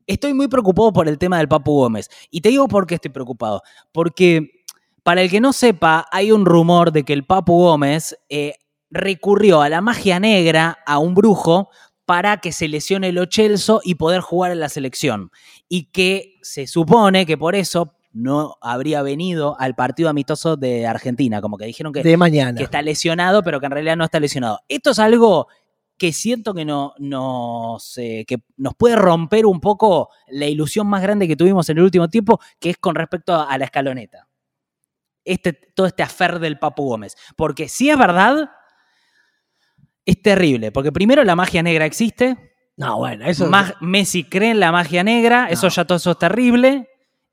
S1: estoy muy preocupado por el tema del Papu Gómez. Y te digo por qué estoy preocupado. Porque, para el que no sepa, hay un rumor de que el Papu Gómez eh, recurrió a la magia negra, a un brujo, para que se lesione el Ochelso y poder jugar en la selección. Y que se supone que por eso no habría venido al partido amistoso de Argentina. Como que dijeron que
S2: De mañana.
S1: que está lesionado, pero que en realidad no está lesionado. Esto es algo que siento que, no, nos, eh, que nos puede romper un poco la ilusión más grande que tuvimos en el último tiempo, que es con respecto a, a la escaloneta. Este, todo este afer del Papu Gómez. Porque si es verdad, es terrible. Porque primero la magia negra existe,
S2: No, bueno, eso.
S1: Mag- Messi cree en la magia negra, eso
S2: No.
S1: ya todo eso es terrible.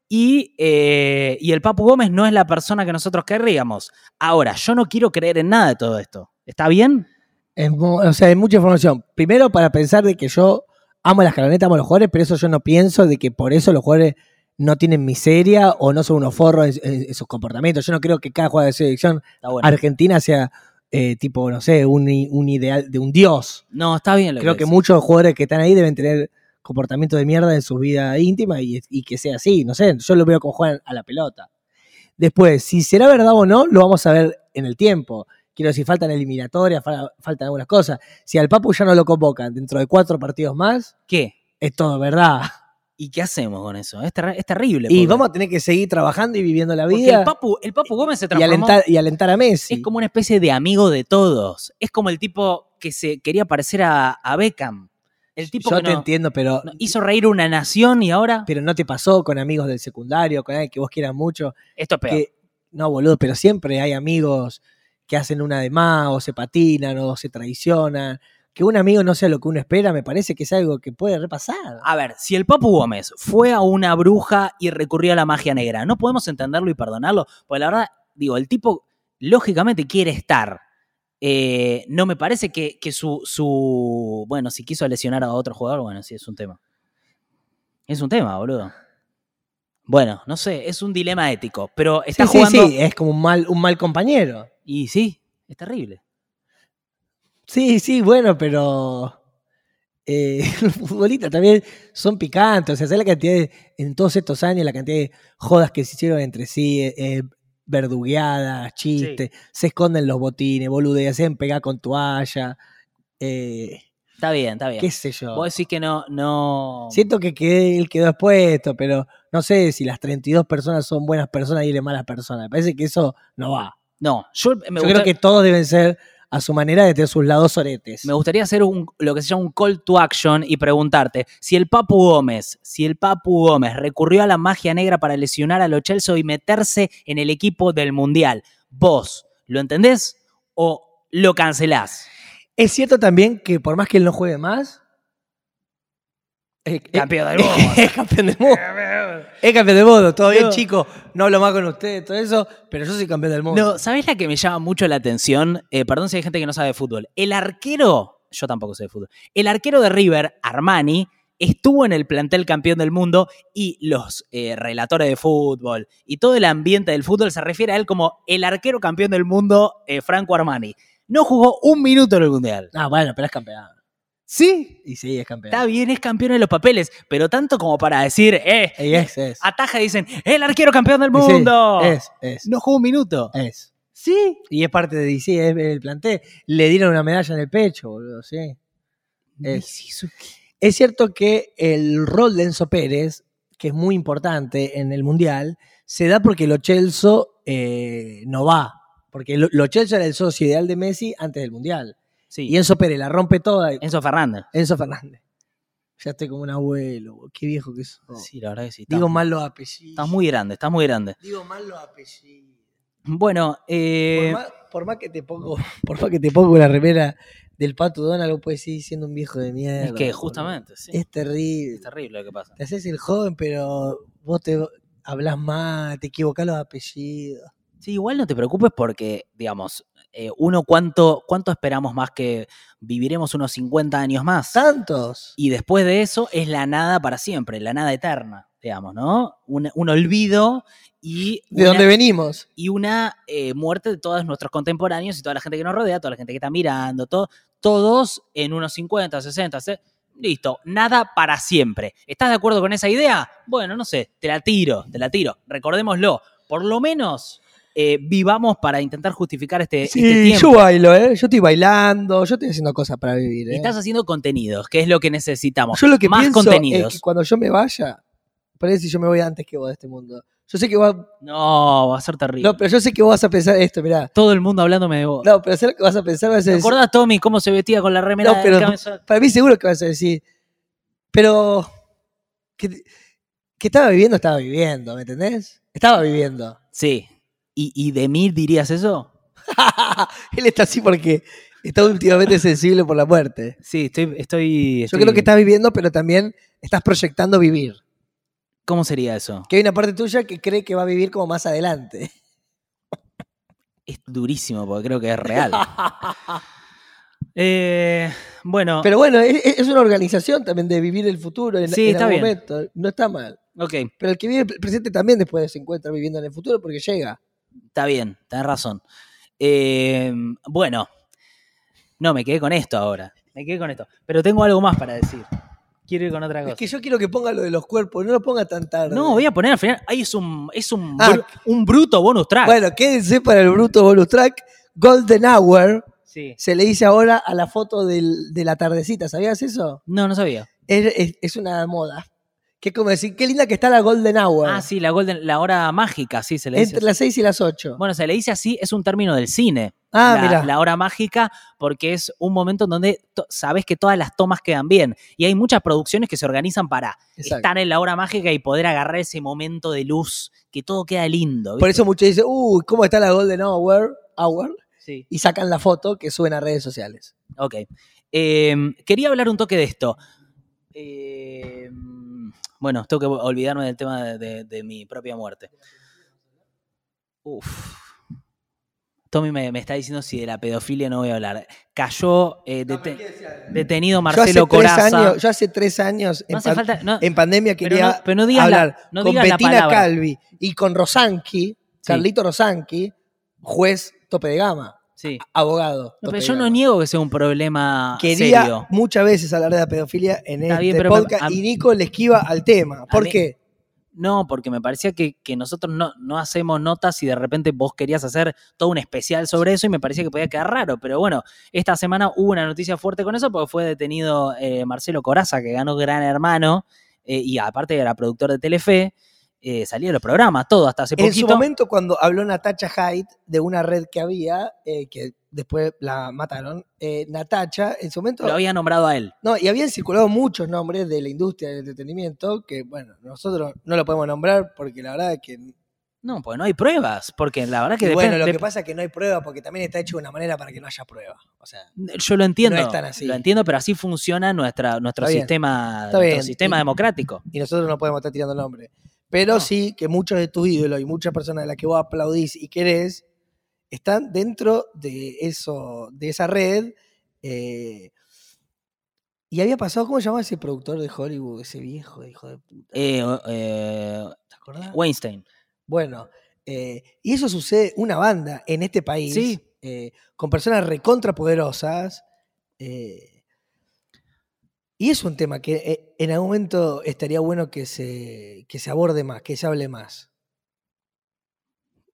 S1: Y, eh, y el Papu Gómez no es la persona que nosotros querríamos. Ahora, yo no quiero creer en nada de todo esto. ¿Está bien?
S2: Es mu- o sea, hay mucha información. Primero, para pensar de que yo amo las escaloneta, amo los jugadores, pero eso yo no pienso de que por eso los jugadores no tienen miseria o no son unos forros en, en- en sus comportamientos. Yo no creo que cada jugador de selección
S1: Está bueno.
S2: argentina sea eh, tipo, no sé, un, i- un ideal de un dios.
S1: No, está bien lo
S2: Creo que
S1: decís.
S2: muchos jugadores que están ahí deben tener comportamientos de mierda en su vida íntima y, y que sea así. No sé, yo lo veo como juegan a la pelota. Después, si será verdad o no, lo vamos a ver en el tiempo. Quiero decir, faltan eliminatorias, fal- faltan algunas cosas. Si al Papu ya no lo convocan dentro de cuatro partidos más,
S1: ¿Qué?
S2: es todo verdad.
S1: ¿Y qué hacemos con eso? Es, terri- es terrible.
S2: Y
S1: porque-
S2: vamos a tener que seguir trabajando y viviendo la
S1: porque el
S2: vida
S1: Papu, el Papu Gómez se
S2: y,
S1: transformó.
S2: alentar, y alentar a Messi.
S1: Es como una especie de amigo de todos. Es como el tipo que se quería parecer a, a Beckham. El tipo
S2: Yo
S1: que
S2: te
S1: no-
S2: entiendo, pero
S1: no- hizo reír una nación y ahora
S2: pero no te pasó con amigos del secundario, con alguien que vos quieras mucho.
S1: esto es peor.
S2: Que, no, boludo, pero siempre hay amigos que hacen una de más, o se patinan, o se traicionan. Que un amigo no sea lo que uno espera, me parece que es algo que puede repasar.
S1: A ver, si el Papu Gómez fue a una bruja y recurrió a la magia negra, ¿no podemos entenderlo y perdonarlo? Porque la verdad, digo, el tipo lógicamente quiere estar. Eh, no me parece que, que su, su. Bueno, si quiso lesionar a otro jugador, bueno, sí, es un tema. Es un tema, boludo. Bueno, no sé, es un dilema ético, pero está
S2: Sí, sí,
S1: jugando.
S2: sí, es como un mal, un mal compañero.
S1: Y sí, es terrible.
S2: Sí, sí, bueno, pero eh, (laughs) los futbolistas también son picantes. O sea, ¿sabes la cantidad de, en todos estos años, la cantidad de jodas que se hicieron entre sí? eh, eh, verdugueadas, chistes, se esconden los botines, boludeas, se hacen pegar con toalla, eh,
S1: Está bien, está bien.
S2: qué sé yo.
S1: Vos decís que no. no...
S2: Siento que quedé- él quedó expuesto, pero no sé si las 32 personas son buenas personas y él es mala persona. Me parece que eso no va.
S1: No, yo, me
S2: yo
S1: gusta-
S2: creo que todos deben ser a su manera de tener sus lados oretes.
S1: Me gustaría hacer un, lo que se llama un call to action y preguntarte si el Papu Gómez, si el Papu Gómez recurrió a la magia negra para lesionar a los Chelsea y meterse en el equipo del Mundial, ¿vos lo entendés o lo cancelás?
S2: Es cierto también que por más que él no juegue más, es, es-
S1: Campeón del mundo.
S2: (laughs) es campeón del mundo. Es campeón del mundo. Todo bien,
S1: No.
S2: chicos. No hablo más con ustedes, todo eso, pero yo soy campeón del mundo.
S1: No, ¿sabés la que me llama mucho la atención? Eh, perdón si hay gente que no sabe de fútbol. El arquero, yo tampoco sé de fútbol, el arquero de River, Armani, estuvo en el plantel campeón del mundo y los eh, relatores de fútbol y todo el ambiente del fútbol se refiere a él como el arquero campeón del mundo, eh, Franco Armani. No jugó un minuto en el Mundial.
S2: Ah, bueno, pero es campeón.
S1: Sí,
S2: Y sí, es
S1: está
S2: campeón.
S1: bien, es campeón en los papeles, pero tanto como para decir, eh,
S2: Y es, es.
S1: ataja y dicen, el arquero campeón del
S2: Y sí,
S1: mundo.
S2: Es, es,
S1: No jugó un minuto.
S2: es.
S1: Sí,
S2: Y es parte de sí, es el plantel. Le dieron una medalla en el pecho, boludo, sí. Es. Es cierto que el rol de Enzo Pérez, que es muy importante en el Mundial, se da porque Lo Celso eh, no va. Porque Lo Lo Celso era el socio ideal de Messi antes del Mundial.
S1: Sí.
S2: Y Enzo Pérez la rompe toda.
S1: Enzo Fernández.
S2: Enzo Fernández. Ya estoy como un abuelo, bo, qué viejo que soy.
S1: Sí, la verdad que sí.
S2: Digo
S1: estás,
S2: mal los apellidos.
S1: estás muy grande, estás muy grande.
S2: Digo mal los apellidos.
S1: Bueno, eh,
S2: por, más, por más que te pongo, (laughs) por más que te pongo la remera del Pato Donald, vos puedes seguir siendo un viejo de mierda.
S1: es que
S2: boludo.
S1: justamente, sí,
S2: Es terrible.
S1: es terrible lo que pasa.
S2: Te haces el joven, pero vos te hablas mal, te equivocás los apellidos.
S1: Sí, igual no te preocupes porque, digamos, eh, uno cuánto, cuánto esperamos más que viviremos unos 50 años más.
S2: Santos.
S1: Y después de eso es la nada para siempre, la nada eterna, digamos, ¿no? Un, un olvido y
S2: ¿De
S1: una-
S2: dónde venimos?
S1: y una eh, muerte de todos nuestros contemporáneos y toda la gente que nos rodea, toda la gente que está mirando, todo, todos en unos 50, 60, se- listo, nada para siempre. ¿Estás de acuerdo con esa idea? Bueno, no sé, te la tiro, te la tiro, recordémoslo. Por lo menos eh, vivamos para intentar justificar este, este tiempo.
S2: yo bailo, ¿eh? Yo estoy bailando, yo estoy haciendo cosas para vivir.
S1: Y
S2: ¿eh?
S1: Estás haciendo contenidos, que es lo que necesitamos.
S2: Yo lo que
S1: más
S2: pienso
S1: contenidos.
S2: es que cuando yo me vaya, parece que yo me voy antes que vos de este mundo. Yo sé que vos,
S1: No, va a ser terrible.
S2: no, pero yo sé que vos vas a pensar esto, mirá.
S1: Todo el mundo hablándome de vos.
S2: No, pero sé lo que vas a pensar, vas a
S1: ¿Te
S2: decir,
S1: acordás, Tommy, cómo se vestía con la remera
S2: No,
S1: del
S2: pero-
S1: cabezón?
S2: para mí seguro que vas a decir, pero que, que estaba viviendo, estaba viviendo, ¿me entendés? Estaba viviendo.
S1: Sí. ¿Y, ¿Y de mí dirías eso?
S2: (laughs) Él está así porque está últimamente (laughs) sensible por la muerte.
S1: Sí, estoy, estoy,
S2: Yo
S1: estoy-
S2: creo que estás viviendo, pero también estás proyectando vivir.
S1: ¿Cómo sería eso?
S2: Que hay una parte tuya que cree que va a vivir como más adelante.
S1: Es durísimo porque creo que es
S2: (laughs)
S1: real. Eh, bueno,
S2: Pero bueno, es, es una organización también de vivir el futuro en,
S1: Sí,
S2: en
S1: está
S2: algún
S1: bien.
S2: momento. No está mal.
S1: ok,
S2: Pero el que vive el presente también después se encuentra viviendo en el futuro porque llega.
S1: está bien, tenés razón. Eh, bueno, no, me quedé con esto ahora. Me quedé con esto. Pero tengo algo más para decir. Quiero ir con otra cosa.
S2: Es que yo quiero que ponga lo de los cuerpos, no lo ponga tan tarde.
S1: No, voy a poner al final. Ahí es un, es un,
S2: Ah.
S1: bru- un bruto bonus (laughs) track.
S2: Bueno, quédense para el bruto bonus track. Golden Hour
S1: Sí.
S2: se le dice ahora a la foto del- de la tardecita. ¿Sabías eso?
S1: No, no sabía.
S2: Es, es- es una moda. Que es como decir, qué linda que está la Golden Hour.
S1: Ah, sí, la Golden, la hora mágica, sí, se le dice.
S2: Entre las 6 y las 8.
S1: Bueno, se le dice así, es un término del cine.
S2: ah,
S1: la,
S2: mira.
S1: la hora mágica, porque es un momento en donde to- sabes que todas las tomas quedan bien. Y hay muchas producciones que se organizan para estar en la hora mágica y poder agarrar ese momento de luz, que todo queda lindo.
S2: Por
S1: ¿viste?
S2: eso muchos dicen, uy, ¿cómo está la Golden Hour? Hour.
S1: Sí.
S2: Y sacan la foto que suben a redes sociales.
S1: Ok. Eh, quería hablar un toque de esto. Eh, bueno, tengo que olvidarme del tema de, de- de mi propia muerte. Uf. Tommy me, me está diciendo si de la pedofilia no voy a hablar. Cayó eh, dete- detenido
S2: yo
S1: Marcelo
S2: hace tres
S1: Coraza.
S2: años, yo hace tres años en,
S1: no hace
S2: pan-
S1: falta. no,
S2: en pandemia
S1: Pero
S2: quería
S1: no- pero no digas
S2: hablar
S1: la- no
S2: con
S1: digas la
S2: Bettina
S1: palabra.
S2: Calvi y con Rosanqui, Carlito Rosanqui, juez tope de gama,
S1: sí.
S2: abogado.
S1: No,
S2: tope
S1: pero
S2: de
S1: yo no
S2: gama.
S1: niego que sea un problema
S2: Quería
S1: serio.
S2: muchas veces hablar de la pedofilia en
S1: Está
S2: este
S1: bien, pero me-
S2: podcast
S1: a-
S2: y Nico le esquiva al tema. ¿Por
S1: mí-
S2: qué?
S1: No, porque me parecía que, que nosotros no, no hacemos notas y de repente vos querías hacer todo un especial sobre eso y me parecía que podía quedar raro. Pero bueno, esta semana hubo una noticia fuerte con eso porque fue detenido eh, Marcelo Coraza, que ganó Gran Hermano eh, y aparte era productor de Telefe, eh, salía de los programas, todo, hasta hace
S2: En su
S1: poquito.
S2: momento, cuando habló Natacha Hyde de una red que había, eh, que después la mataron, eh, Natacha, en su momento.
S1: lo había nombrado a él.
S2: No, y habían circulado muchos nombres de la industria del entretenimiento que, bueno, nosotros no lo podemos nombrar porque la verdad es que.
S1: No, pues no hay pruebas, porque la verdad que
S2: y
S1: depende.
S2: bueno, lo que
S1: dep-
S2: pasa es que no hay prueba porque también está hecho de una manera para que no haya prueba. O sea,
S1: yo lo entiendo,
S2: no es tan así.
S1: lo entiendo, pero así funciona nuestra, nuestro
S2: Está bien.
S1: sistema,
S2: Está
S1: nuestro
S2: bien.
S1: sistema
S2: Y-
S1: democrático.
S2: y nosotros no podemos estar tirando nombres. Pero
S1: No.
S2: sí que muchos de tus ídolos y muchas personas de las que vos aplaudís y querés están dentro de, eso, de esa red. eh, y había pasado, ¿cómo se llamaba ese productor de Hollywood? Ese viejo, hijo de puta.
S1: Eh, eh,
S2: ¿Te acordás?
S1: Weinstein.
S2: Bueno, eh, y eso sucede una banda en este país,
S1: Sí.
S2: eh, con personas recontrapoderosas. eh, y es un tema que eh, en algún momento estaría bueno que se, que se aborde más, que se hable más.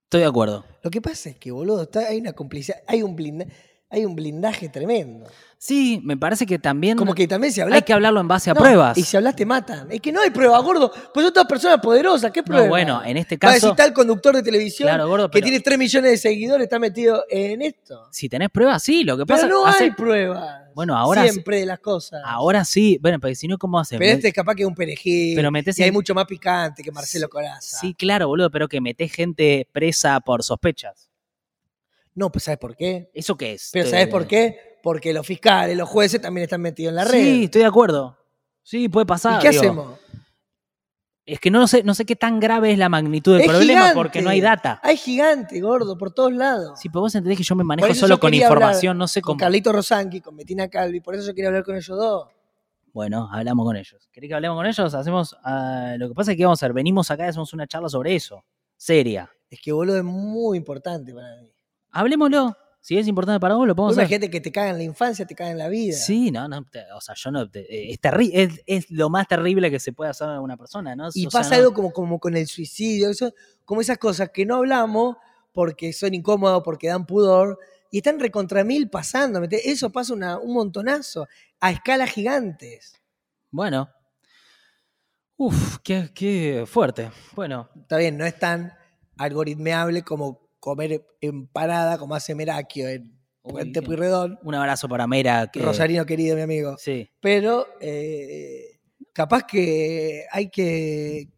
S1: Estoy de acuerdo.
S2: Lo que pasa es que, boludo, está- hay una complicidad, hay un, blinda- hay un blindaje tremendo.
S1: Sí, me parece que también
S2: Como que también se habla.
S1: hay que hablarlo en base a
S2: No,
S1: pruebas.
S2: Y si hablas te matan. Es que no hay prueba, gordo. Pues son todas personas poderosas. ¿Qué
S1: No,
S2: prueba?
S1: bueno, en este
S2: Va a decir
S1: caso,
S2: tal conductor de televisión
S1: claro, gordo,
S2: que
S1: pero
S2: tiene 3 millones de seguidores está metido en esto.
S1: si tenés pruebas, sí, lo que
S2: Pero
S1: pasa
S2: no
S1: hace-
S2: hay pruebas.
S1: Bueno, ahora sí.
S2: Siempre de las cosas.
S1: ahora sí, bueno, pero si no, ¿cómo haces?
S2: Pero este es capaz que es un perejil.
S1: Pero metés
S2: y hay
S1: en-
S2: mucho más picante que Marcelo Coraza.
S1: Sí, claro, boludo, pero que metés gente presa por sospechas.
S2: No, pues ¿sabes por qué?
S1: ¿Eso qué es?
S2: Pero
S1: Te-
S2: ¿sabes por qué? Porque los fiscales, los jueces también están metidos en la red.
S1: Sí, estoy de acuerdo. Sí, puede pasar.
S2: ¿Y qué
S1: digo.
S2: hacemos?
S1: Es que no sé, no sé qué tan grave es la magnitud del
S2: Es
S1: problema
S2: gigante.
S1: porque no hay data.
S2: Hay gigante, gordo, por todos lados.
S1: Sí, pero vos entendés que yo me
S2: Por
S1: manejo
S2: eso
S1: solo
S2: yo
S1: con
S2: quería hablar
S1: información, no sé
S2: con
S1: cómo.
S2: Carlito Rosanqui, con Bettina Calvi, por eso yo quería hablar con ellos dos.
S1: Bueno, hablamos con ellos. ¿Querés que hablemos con ellos? Hacemos. ah, lo que pasa es que vamos a hacer, venimos acá y hacemos una charla sobre eso. Seria.
S2: Es que, boludo, es muy importante para mí.
S1: Hablemoslo. Si es importante para vos, lo podemos hacer.
S2: gente que te caga en la infancia, te caga en la vida.
S1: Sí, no, no. te- o sea, yo no. te- eh, es, terri- es, es lo más terrible que se puede hacer a una persona, ¿no?
S2: Y
S1: O sea, no-
S2: pasa algo como, como con el suicidio, eso, como esas cosas que no hablamos porque son incómodos, porque dan pudor, y están recontra mil pasando. ¿me entendés? Eso pasa una- un montonazo, a escalas gigantes.
S1: Bueno. Uf, qué, qué fuerte. Bueno,
S2: Está bien, no es tan algoritmeable como comer en parada, como hace Merakio en
S1: Uy,
S2: Puente
S1: qué-
S2: Pueyrredón,
S1: un abrazo para Mera. Que,
S2: Rosarino querido, mi amigo.
S1: Sí.
S2: Pero eh, capaz que hay que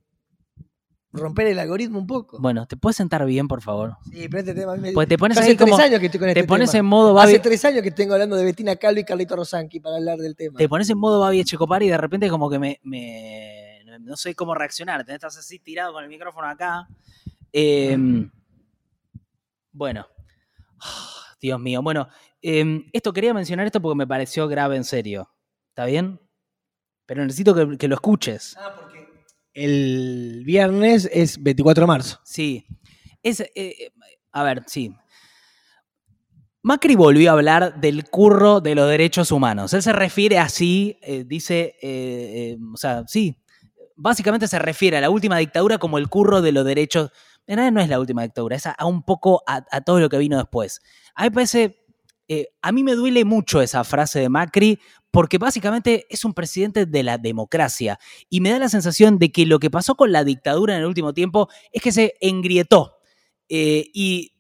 S2: romper el algoritmo un poco.
S1: Bueno, ¿te puedes sentar bien, por favor?
S2: Sí, pero este tema a mí me-
S1: Pues te pones
S2: Yo
S1: ahí
S2: hace tres
S1: como.
S2: años que estoy con este
S1: Te pones
S2: tema.
S1: en modo
S2: Hace
S1: Babi,
S2: tres años que tengo hablando de Bettina Calvo y Carlito Rosanqui para hablar del tema.
S1: te pones en modo Babi Echecopar y de repente como que me, me- no sé cómo reaccionar. Te estás así tirado con el micrófono acá. Em, bueno. Ah, Dios mío. Bueno, em, esto quería mencionar esto porque me pareció grave en serio. ¿Está bien? Pero necesito que, que lo escuches.
S2: Ah, porque el viernes es 24 de marzo.
S1: Sí. Es, eh, eh, a ver, sí. Macri volvió a hablar del curro de los derechos humanos. Él se refiere así, eh, dice, eh, eh, o sea, sí, básicamente se refiere a la última dictadura como el curro de los derechos. En realidad no es la última dictadura, es a, a un poco a, a, todo lo que vino después. A mí me parece, eh, a mí me duele mucho esa frase de Macri porque básicamente es un presidente de la democracia y me da la sensación de que lo que pasó con la dictadura en el último tiempo es que se engrietó Eh, y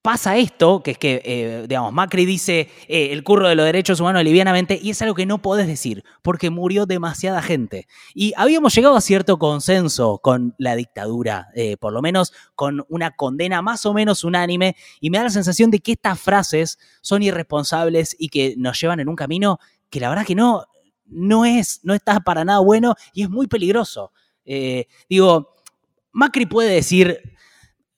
S1: pasa esto, que es que, eh, digamos, Macri dice eh, el curro de los derechos humanos livianamente, y es algo que no podés decir, porque murió demasiada gente. Y habíamos llegado a cierto consenso con la dictadura, eh, por lo menos con una condena más o menos unánime, y me da la sensación de que estas frases son irresponsables y que nos llevan en un camino que la verdad que no, no es, no está para nada bueno y es muy peligroso. Eh, digo, Macri puede decir,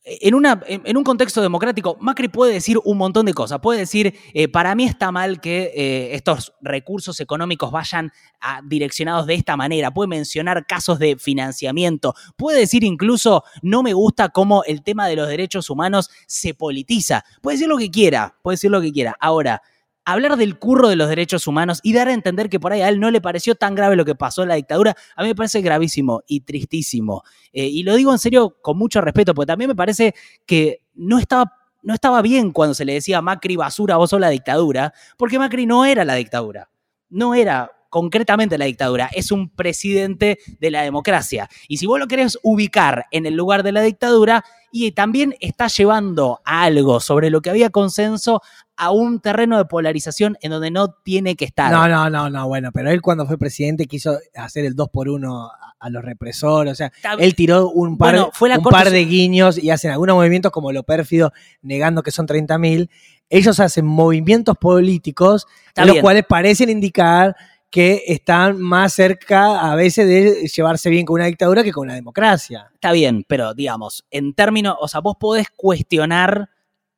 S1: en, una, en, un contexto democrático, Macri puede decir un montón de cosas. Puede decir, eh, para mí está mal que eh, estos recursos económicos vayan a, direccionados de esta manera. Puede mencionar casos de financiamiento. Puede decir incluso, no me gusta cómo el tema de los derechos humanos se politiza. Puede decir lo que quiera, puede decir lo que quiera. Ahora, hablar del curro de los derechos humanos y dar a entender que por ahí a él no le pareció tan grave lo que pasó en la dictadura, a mí me parece gravísimo y tristísimo. Eh, y lo digo en serio con mucho respeto, porque también me parece que no estaba, no estaba bien cuando se le decía a Macri basura, vos sos la dictadura, porque Macri no era la dictadura, no era concretamente la dictadura, es un presidente de la democracia. Y si vos lo querés ubicar en el lugar de la dictadura, y también está llevando a algo sobre lo que había consenso a un terreno de polarización en donde no tiene que estar.
S2: No, no, no, no, bueno, pero él cuando fue presidente quiso hacer el 2 por 1 a los represores, o sea, él tiró un par, bueno, fue la un par de guiños y hacen algunos movimientos como lo pérfido, negando que son 30.000. Ellos hacen movimientos políticos, en los cuales parecen indicar que están más cerca a veces de llevarse bien con una dictadura que con una democracia.
S1: Está bien, pero digamos, en términos, o sea, vos podés cuestionar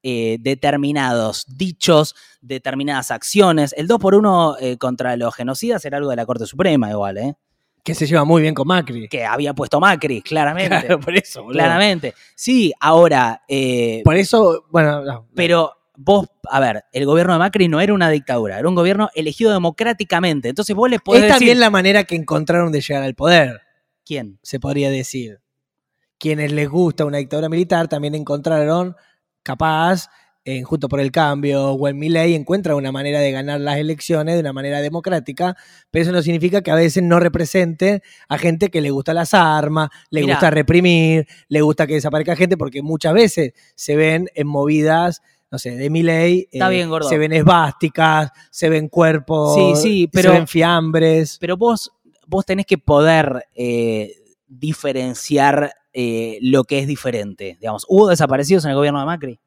S1: eh, determinados dichos, determinadas acciones. El 2 por 1 eh, contra los genocidas era algo de la Corte Suprema igual, ¿eh?
S2: Que se lleva muy bien con Macri.
S1: Que había puesto Macri, claramente.
S2: Claro, (laughs) por eso. Boludo.
S1: Claramente. Sí, ahora... Eh,
S2: por eso, bueno... No,
S1: pero vos, a ver, el gobierno de Macri no era una dictadura, era un gobierno elegido democráticamente. Entonces vos le podés.
S2: Es también decir... la manera que encontraron de llegar al poder.
S1: ¿Quién?
S2: Se podría decir. Quienes les gusta una dictadura militar también encontraron, capaz, en Junto por el Cambio o en Milley, encuentra una manera de ganar las elecciones de una manera democrática, pero eso no significa que a veces no represente a gente que le gusta las armas, le Mirá. gusta reprimir, le gusta que desaparezca gente, porque muchas veces se ven en movidas no sé, de Miley.
S1: Está eh, bien, gordo.
S2: Se ven esvásticas, se ven cuerpos,
S1: sí, sí, pero,
S2: se ven fiambres.
S1: Pero vos, vos tenés que poder eh, diferenciar eh, lo que es diferente. Digamos, ¿hubo desaparecidos en el gobierno de Macri?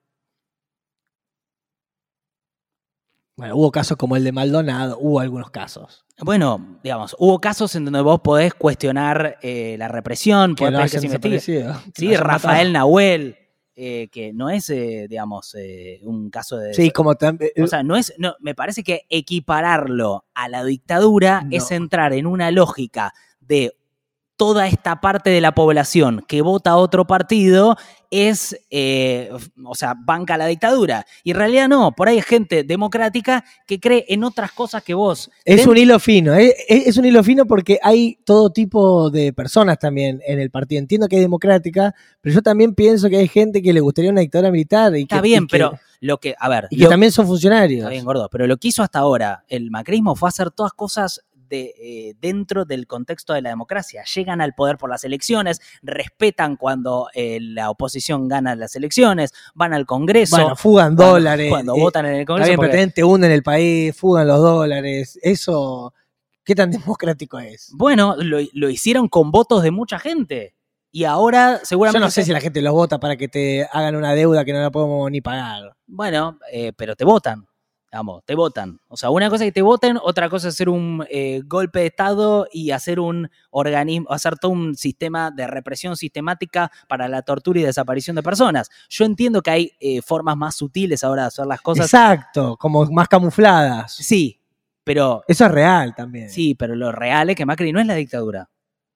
S2: Bueno, hubo casos como el de Maldonado, hubo algunos casos.
S1: Bueno, digamos, hubo casos en donde vos podés cuestionar eh, la represión,
S2: que
S1: podés
S2: no que se
S1: Sí, Rafael matado. Nahuel. Eh, que no es, eh, digamos, eh, un caso de...
S2: Sí, como también...
S1: O sea, no es, no, me parece que equipararlo a la dictadura no. es entrar en una lógica de toda esta parte de la población que vota otro partido es, eh, o sea, banca la dictadura. Y en realidad no, por ahí hay gente democrática que cree en otras cosas que vos.
S2: Es Ten... un hilo fino, ¿eh? es, un hilo fino porque hay todo tipo de personas también en el partido. Entiendo que hay democrática, pero yo también pienso que hay gente que le gustaría una dictadura militar. Y
S1: Está
S2: que,
S1: bien,
S2: y
S1: pero que, lo que, a ver.
S2: Y lo, que también son funcionarios.
S1: Está bien, gordo, pero lo que hizo hasta ahora el macrismo fue hacer todas cosas de, eh, dentro del contexto de la democracia. Llegan al poder por las elecciones, respetan cuando eh, la oposición gana las elecciones, van al Congreso.
S2: Bueno, fugan
S1: cuando,
S2: dólares.
S1: Cuando eh, votan en el Congreso.
S2: Bien, porque... te hunden el país, fugan los dólares. Eso, ¿qué tan democrático es?
S1: Bueno, lo, lo hicieron con votos de mucha gente. Y ahora seguramente...
S2: Yo no sé si la gente los vota para que te hagan una deuda que no la podemos ni pagar.
S1: Bueno, eh, pero te votan vamos, te votan. O sea, una cosa es que te voten, otra cosa es hacer un eh, golpe de Estado y hacer un organismo, hacer todo un sistema de represión sistemática para la tortura y desaparición de personas. Yo entiendo que hay eh, formas más sutiles ahora de hacer las cosas.
S2: Exacto, como más camufladas.
S1: Sí, pero...
S2: Eso es real también.
S1: Sí, pero lo real es que Macri no es la dictadura,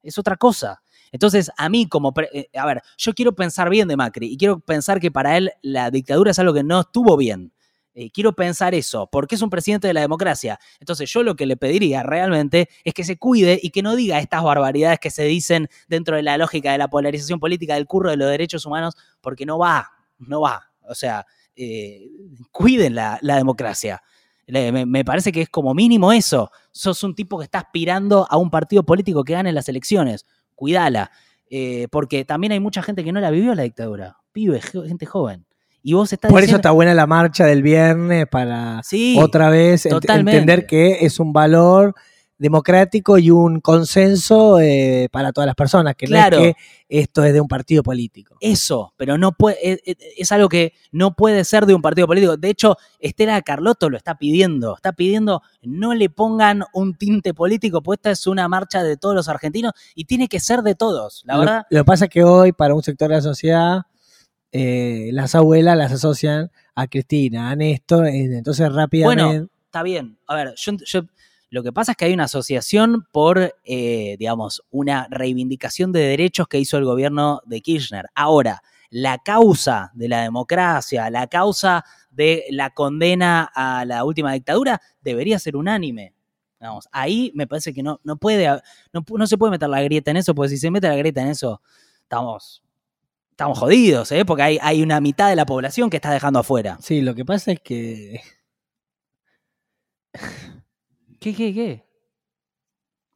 S1: es otra cosa. Entonces, a mí como, pre- eh, a ver, yo quiero pensar bien de Macri y quiero pensar que para él la dictadura es algo que no estuvo bien. Eh, quiero pensar eso, porque es un presidente de la democracia. Entonces, yo lo que le pediría realmente es que se cuide y que no diga estas barbaridades que se dicen dentro de la lógica de la polarización política del curro de los derechos humanos, porque no va, no va. O sea, eh, cuiden la, la democracia. Le- Me, me parece que es como mínimo eso. Sos un tipo que está aspirando a un partido político que gane las elecciones. Cuidala. Eh, porque también hay mucha gente que no la vivió la dictadura. Pibe, jo- gente joven. Y vos estás
S2: Por eso
S1: diciendo-
S2: está buena la marcha del viernes para
S1: Sí,
S2: otra vez ent-
S1: totalmente.
S2: entender que es un valor democrático y un consenso eh, para todas las personas, que
S1: Claro.
S2: no es que esto es de un partido político.
S1: eso, pero no puede, es, es- es algo que no puede ser de un partido político. De hecho, Estela Carlotto lo está pidiendo, está pidiendo no le pongan un tinte político, pues esta es una marcha de todos los argentinos y tiene que ser de todos. La
S2: Lo-
S1: verdad,
S2: Lo, que pasa es que hoy, para un sector de la sociedad, eh, las abuelas las asocian a Cristina, a Néstor, eh, entonces rápidamente.
S1: está bien. A ver, yo, yo- lo que pasa es que hay una asociación por, eh, digamos, una reivindicación de derechos que hizo el gobierno de Kirchner. Ahora, la causa de la democracia, la causa de la condena a la última dictadura, debería ser unánime. Vamos, ahí me parece que no, no puede, hab- no, pu- no se puede meter la grieta en eso, porque si se mete la grieta en eso, estamos, estamos jodidos, ¿eh? porque hay, hay una mitad de la población que está dejando afuera.
S2: Sí, lo que pasa es que
S1: (laughs) ¿Qué, qué, qué?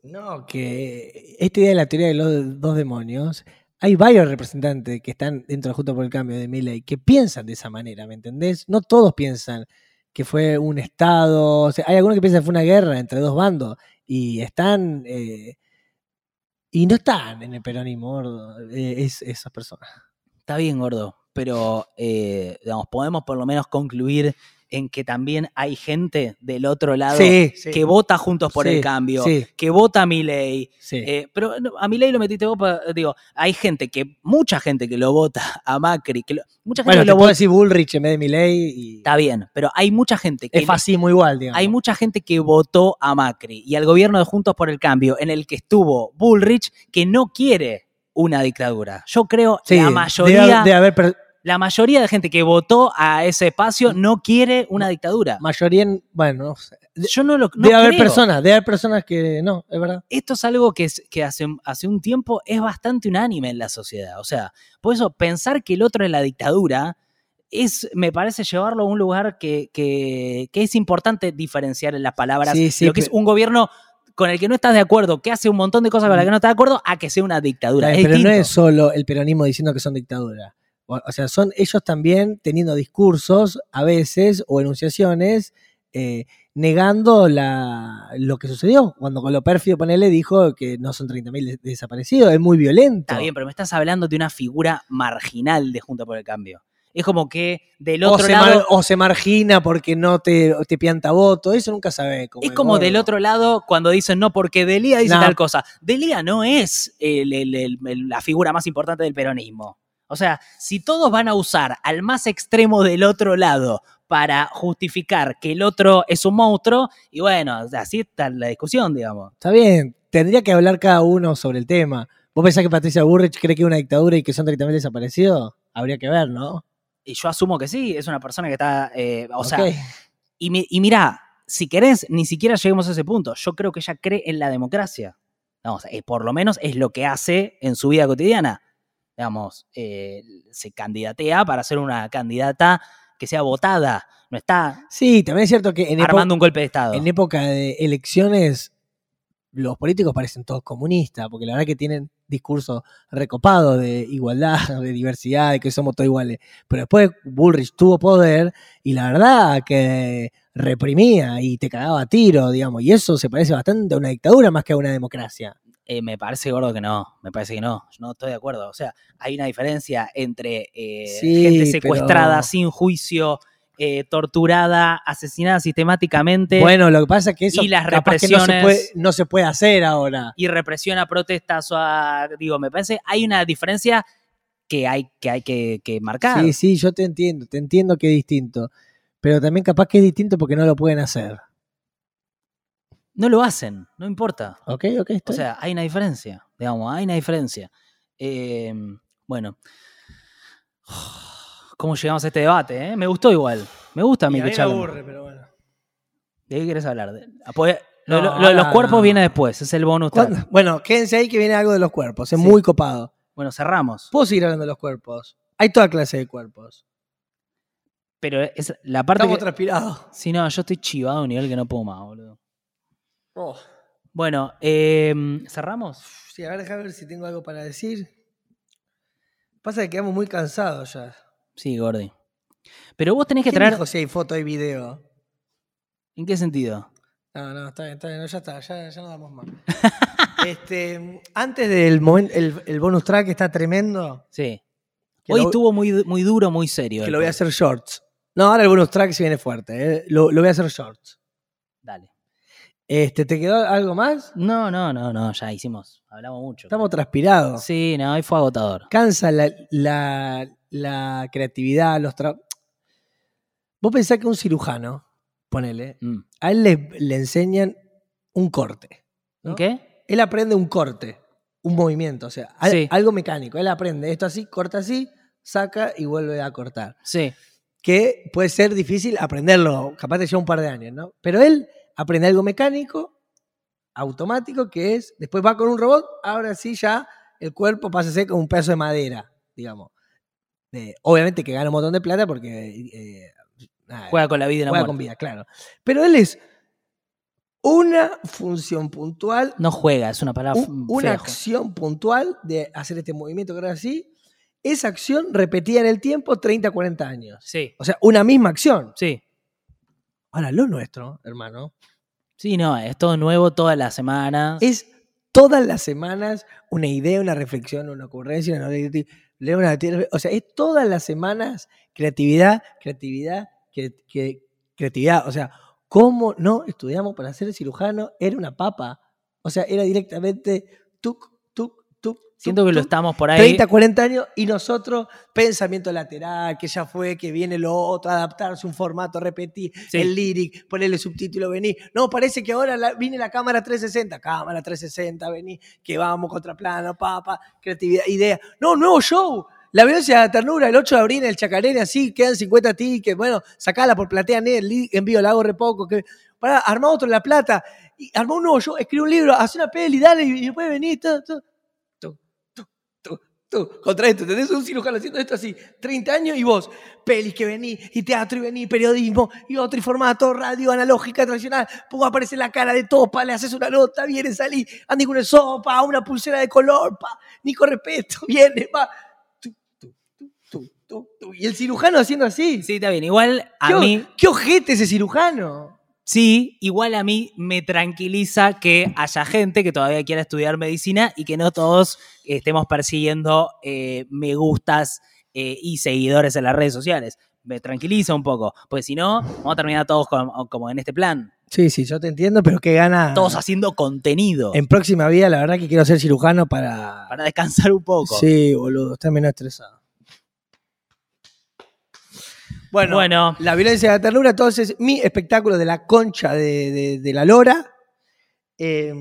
S2: No, que esta idea de la teoría de los dos demonios, hay varios representantes que están dentro de Junto por el Cambio de Milei que piensan de esa manera, ¿me entendés? No todos piensan que fue un Estado, o sea, hay algunos que piensan que fue una guerra entre dos bandos y están... eh, y no están en el peronismo, gordo, eh, es, esas personas.
S1: Está bien, gordo, pero eh, digamos, podemos por lo menos concluir en que también hay gente del otro lado
S2: Sí, sí.
S1: que vota juntos por
S2: Sí,
S1: el cambio,
S2: sí.
S1: que vota a mi ley.
S2: Sí.
S1: pero no, a mi ley lo metiste vos, pa- digo, hay gente que, mucha gente que lo vota a Macri, que lo- (laughs) mucha gente
S2: bueno,
S1: que
S2: te
S1: lo
S2: puedo
S1: vota.
S2: decir Bullrich en vez de Milei y
S1: Está bien, pero hay mucha gente que
S2: es fascismo igual, digamos.
S1: hay mucha gente que votó a Macri y al gobierno de Juntos por el Cambio, en el que estuvo Bullrich, que no quiere una dictadura. Yo creo que
S2: Sí,
S1: la
S2: debe-
S1: mayoría
S2: debe haber per-
S1: la mayoría de gente que votó a ese espacio no quiere una dictadura.
S2: mayoría, en- bueno, no sé.
S1: Yo no lo no
S2: debe haber
S1: creo.
S2: personas, debe haber personas que no, es verdad.
S1: Esto es algo que, es- que hace, hace un tiempo es bastante unánime en la sociedad. O sea, por eso pensar que el otro es la dictadura es, me parece, llevarlo a un lugar que, que- que es importante diferenciar en las palabras
S2: Sí, sí,
S1: lo que es
S2: pero-
S1: un gobierno con el que no estás de acuerdo, que hace un montón de cosas con las que no estás de acuerdo, a que sea una dictadura. Es
S2: Está bien, pero no
S1: distinto.
S2: es solo el peronismo diciendo que son dictadura. O o sea, son ellos también teniendo discursos a veces o enunciaciones eh, negando la, lo que sucedió. Cuando con lo pérfido, ponele, dijo que no son 30.000 des- desaparecidos, es muy violento.
S1: Está bien, pero me estás hablando de una figura marginal de Junta por el Cambio. Es como que del
S2: o,
S1: otro
S2: se
S1: lado.
S2: mar- o se margina porque no te, te pianta voto, eso nunca sabe.
S1: Es como del otro lado cuando dicen no, porque Delía dice
S2: No.
S1: tal cosa. Delía no es el- el- el- el- la figura más importante del peronismo. O sea, si todos van a usar al más extremo del otro lado para justificar que el otro es un monstruo, y bueno, así está la discusión, digamos.
S2: Está bien, tendría que hablar cada uno sobre el tema. ¿Vos pensás que Patricia Burrich cree que es una dictadura y que son 30.000 desaparecidos? Habría que ver, ¿no?
S1: Y yo asumo que sí, es una persona que está, eh, o sea,
S2: Ok.
S1: Y, mi- y mirá, si querés, ni siquiera lleguemos a ese punto. Yo creo que ella cree en la democracia. Vamos, eh, por lo menos es lo que hace en su vida cotidiana. Digamos, eh, se candidatea para ser una candidata que sea votada. No está
S2: Sí, también es cierto que en, epo-
S1: armando un golpe de Estado.
S2: en época de elecciones los políticos parecen todos comunistas, porque la verdad que tienen discursos recopados de igualdad, (laughs) de diversidad, de que somos todos iguales. Pero después Bullrich tuvo poder y la verdad que reprimía y te cagaba a tiro, digamos. Y eso se parece bastante a una dictadura más que a una democracia.
S1: Eh, me parece gordo que no, me parece que no, yo no estoy de acuerdo. O sea, hay una diferencia entre eh,
S2: Sí,
S1: gente secuestrada
S2: pero-
S1: sin juicio, eh, torturada, asesinada sistemáticamente.
S2: Bueno, lo que pasa es que eso
S1: Y las
S2: capaz que no se
S1: represiones.
S2: puede- no se puede hacer ahora.
S1: y represión a protestas o a. Digo, me parece. Hay una diferencia que hay que, hay que, que marcar.
S2: Sí, sí, yo te entiendo, te entiendo que es distinto. Pero también capaz que es distinto porque no lo pueden hacer.
S1: No lo hacen, no importa.
S2: ¿Ok? ¿Ok?
S1: O
S2: estoy?
S1: sea, hay una diferencia. Digamos, hay una diferencia. Eh, bueno. (sighs) ¿Cómo llegamos a este debate? eh? Me gustó igual. Me gusta a mí
S2: Y a
S1: que
S2: mí me
S1: charlen.
S2: aburre, pero bueno.
S1: ¿De qué quieres hablar? De- ah, pues, lo-
S2: No,
S1: lo- lo- los
S2: no,
S1: cuerpos
S2: no.
S1: viene después, es el bonus. track.
S2: ¿Cuándo? Bueno, quédense ahí que viene algo de los cuerpos, es
S1: Sí.
S2: muy copado.
S1: Bueno, cerramos.
S2: Puedo seguir hablando de los cuerpos. Hay toda clase de cuerpos.
S1: Pero es la parte.
S2: Estamos
S1: que-
S2: transpirados.
S1: Sí, no, yo estoy chivado a un nivel que no puedo más, boludo. Bueno, eh, ¿cerramos?
S2: Oh, Sí, a ver, déjame ver si tengo algo para decir. Pasa que quedamos muy cansados ya.
S1: Sí, Gordi. Pero vos tenés que
S2: ¿Quién
S1: traer.
S2: dijo si hay foto, hay video?
S1: ¿En qué sentido?
S2: No, no, está bien, está bien, no, ya está, ya, ya no damos
S1: (laughs)
S2: más. este, antes del momento, el, el bonus track está tremendo.
S1: Sí.
S2: Que
S1: Hoy
S2: lo-
S1: estuvo muy, muy duro, muy serio.
S2: Que
S1: el
S2: lo voy a
S1: podcast.
S2: hacer shorts. No, ahora el bonus track se viene fuerte. eh. Lo, lo voy a hacer shorts.
S1: Dale.
S2: Este, ¿Te quedó algo más?
S1: No, no, no, no, ya hicimos. Hablamos mucho.
S2: Estamos transpirados.
S1: Sí, no, hoy fue agotador.
S2: Cansa la, la- la creatividad, los tra- Vos pensás que un cirujano, ponele,
S1: Mm.
S2: a él le, le enseñan un corte. ¿no?
S1: ¿Qué?
S2: Él aprende un corte, un movimiento, o sea, al-
S1: Sí.
S2: algo mecánico. Él aprende esto así, corta así, saca y vuelve a cortar.
S1: Sí.
S2: Que puede ser difícil aprenderlo, capaz te lleva un par de años, ¿no? Pero él aprende algo mecánico, automático, que es, después va con un robot, ahora sí ya el cuerpo pasa a ser como un pedazo de madera, digamos. Eh, obviamente que gana un montón de plata porque... eh, nada,
S1: Juega con la vida y la
S2: Juega
S1: muerte.
S2: con vida, claro. Pero él es una función puntual,
S1: No juega, es una palabra. fea.
S2: un- una acción puntual de hacer este movimiento que era así. Esa acción repetida en el tiempo 30, 40 años.
S1: Sí,
S2: O sea, una misma acción.
S1: sí.
S2: Ahora, lo nuestro, hermano,
S1: Sí, no, es todo nuevo todas las semanas.
S2: es todas las semanas una idea, una reflexión, una ocurrencia, una leo una o sea, es todas las semanas creatividad, creatividad, cre- cre- creatividad, o sea, cómo no estudiamos para ser cirujano era una papa, o sea, era directamente tuk tuk tuk.
S1: Siento
S2: tuk,
S1: que lo
S2: tuk,
S1: estamos por ahí.
S2: 30, 40 años y nosotros, pensamiento lateral, que ya fue, que viene lo otro, adaptarse, un formato, repetir,
S1: Sí.
S2: el lyric, ponerle subtítulo, vení. No, parece que ahora la- viene la cámara 360, cámara 360, vení, que vamos, contraplano, papa, creatividad, idea. No, nuevo show. La violencia de la ternura, el 8 de abril en el Chacarene, así, quedan 50 tickets, bueno, sacala por platea net, li- envío, la hago re poco, que, pará, armá otro en La Plata, y armá un nuevo show, escribe un libro, hace una peli, dale, y, y después venís, todo, todo tú, tú, contra esto. Tenés un cirujano haciendo esto así, 30 años y vos, pelis que vení, y teatro y vení, periodismo, y otro y formato, radio analógica tradicional, pongo aparece la cara de topa, le haces una nota, viene, salí, andí con una sopa, una pulsera de color, pa, Nico Respeto, (laughs) viene, va. Tú, tú, tú, tú, tú, tú. Y el cirujano haciendo así.
S1: Sí, está bien. Igual a
S2: ¿Qué, o-
S1: mí,
S2: ¿Qué ojete ese cirujano?
S1: sí, igual a mí me tranquiliza que haya gente que todavía quiera estudiar medicina y que no todos estemos persiguiendo eh, me gustas eh, y seguidores en las redes sociales. Me tranquiliza un poco, porque si no, vamos a terminar todos com- como en este plan,
S2: Sí, sí, yo te entiendo, pero qué gana.
S1: todos haciendo contenido
S2: En próxima vida, la verdad que quiero ser cirujano Em, para.
S1: para descansar un poco.
S2: Sí, boludo, está menos estresado. Bueno,
S1: Bueno.
S2: la violencia de la ternura, entonces, mi espectáculo de la concha de, de- de la lora. eh,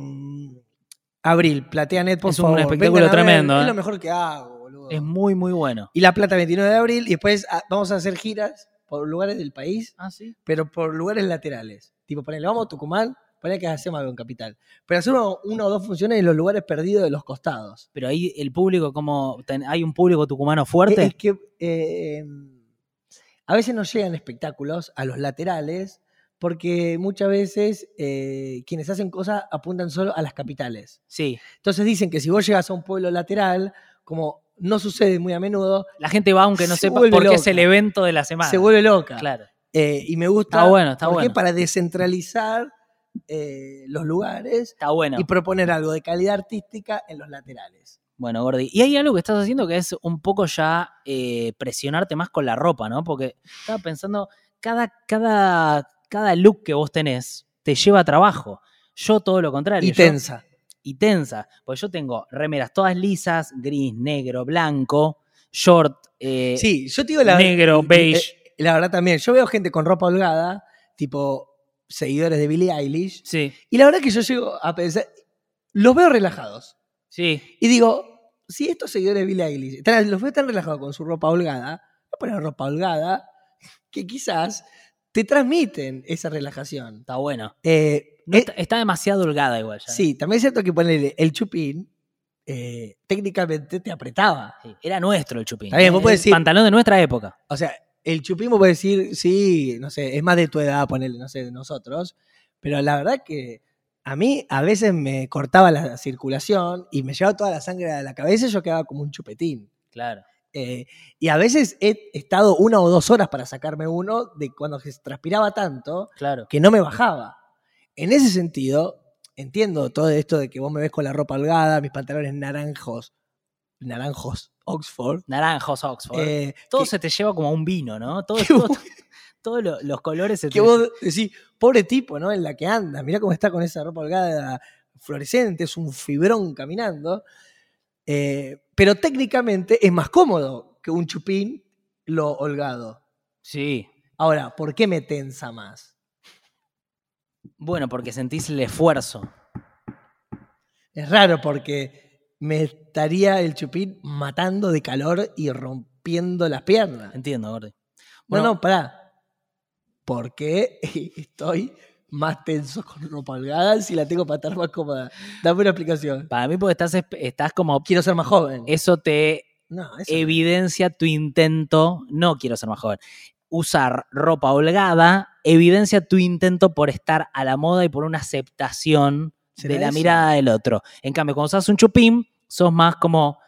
S2: abril, PlateaNet, por
S1: Es un
S2: favor.
S1: espectáculo
S2: vengan a ver,
S1: tremendo,
S2: Es
S1: eh.
S2: lo mejor que hago, boludo.
S1: Es muy, muy bueno.
S2: Y La Plata, 29 de abril. Y después ah, vamos a hacer giras por lugares del país,
S1: Ah, sí.
S2: pero por lugares laterales. Tipo, ponele, vamos a Tucumán, ponele que hacemos algo en Capital. Pero hacer uno- una o dos funciones en los lugares perdidos de los costados.
S1: Pero ahí el público, como hay un público tucumano fuerte.
S2: Es que eh, a veces no llegan espectáculos a los laterales porque muchas veces eh, quienes hacen cosas apuntan solo a las capitales.
S1: sí.
S2: Entonces dicen que si vos llegas a un pueblo lateral, como no sucede muy a menudo,
S1: La gente va aunque no
S2: Se
S1: sepa
S2: vuelve
S1: porque es
S2: loca.
S1: el evento de la semana.
S2: se vuelve loca.
S1: Claro.
S2: Eh, y me gusta
S1: Está bueno, está
S2: ¿por qué?
S1: bueno.
S2: para descentralizar eh, los lugares
S1: Está bueno.
S2: y proponer algo de calidad artística en los laterales.
S1: Bueno, Gordi. Y hay algo que estás haciendo que es un poco ya eh, presionarte más con la ropa, ¿no? Porque estaba pensando, cada, cada, cada look que vos tenés te lleva a trabajo. Yo todo lo contrario.
S2: Y
S1: yo-
S2: tensa.
S1: y tensa. Pues yo tengo remeras todas lisas, gris, negro, blanco, short, eh,
S2: Sí, yo te digo la
S1: negro,
S2: eh,
S1: beige.
S2: eh, La verdad también, yo veo gente con ropa holgada, tipo seguidores de Billie Eilish,
S1: Sí,
S2: y la verdad que yo llego a pensar, los veo relajados.
S1: sí.
S2: Y digo, si estos seguidores de Billie Eilish están- los ves tan relajados con su ropa holgada, voy a poner ropa holgada que quizás te transmiten esa relajación.
S1: Está bueno.
S2: Eh,
S1: No
S2: eh,
S1: está, está demasiado holgada igual ya. ¿eh?
S2: sí, también es cierto que ponerle el chupín eh, técnicamente te apretaba.
S1: Ah, Sí, Era nuestro el chupín.
S2: Está bien, vos
S1: El
S2: podés decir-
S1: Pantalón de nuestra época.
S2: O sea, el chupín vos podés decir, sí, no sé, es más de tu edad, ponerle, no sé, de nosotros. Pero la verdad que a mí a veces me cortaba la circulación y me llevaba toda la sangre a la cabeza y yo quedaba como un chupetín.
S1: Claro.
S2: Eh, y a veces he estado una o dos horas para sacarme uno de cuando se transpiraba tanto
S1: Claro.
S2: que no me bajaba. En ese sentido, entiendo todo esto de que vos me ves con la ropa holgada, mis pantalones naranjos, naranjos Oxford.
S1: Naranjos Oxford.
S2: eh,
S1: todo
S2: que-
S1: se te lleva como a un vino, ¿no? Todo,
S2: que
S1: todo-
S2: vos-
S1: (laughs) todos lo- los colores se
S2: que
S1: te...
S2: vos decís, pobre tipo, ¿no? En la que anda, mirá cómo está con esa ropa holgada fluorescente, es un fibrón caminando. Eh, pero técnicamente es más cómodo que un chupín lo holgado.
S1: Sí.
S2: Ahora, ¿por qué me tensa más?
S1: Bueno, porque sentís el esfuerzo.
S2: Es raro porque me estaría el chupín matando de calor y rompiendo las piernas.
S1: Entiendo, Gordi.
S2: No,
S1: Bueno,
S2: no, pará. ¿Por qué (laughs) estoy más tenso con ropa holgada si la tengo para estar más cómoda? Dame una explicación.
S1: para mí porque estás, esp- estás como...
S2: Quiero ser más joven.
S1: Eso te
S2: No, eso.
S1: eh, evidencia tu intento, no quiero ser más joven, usar ropa holgada, evidencia tu intento por estar a la moda y por una aceptación
S2: ¿Será
S1: de la
S2: eso?
S1: mirada del otro. En cambio, cuando usas un chupín, sos más como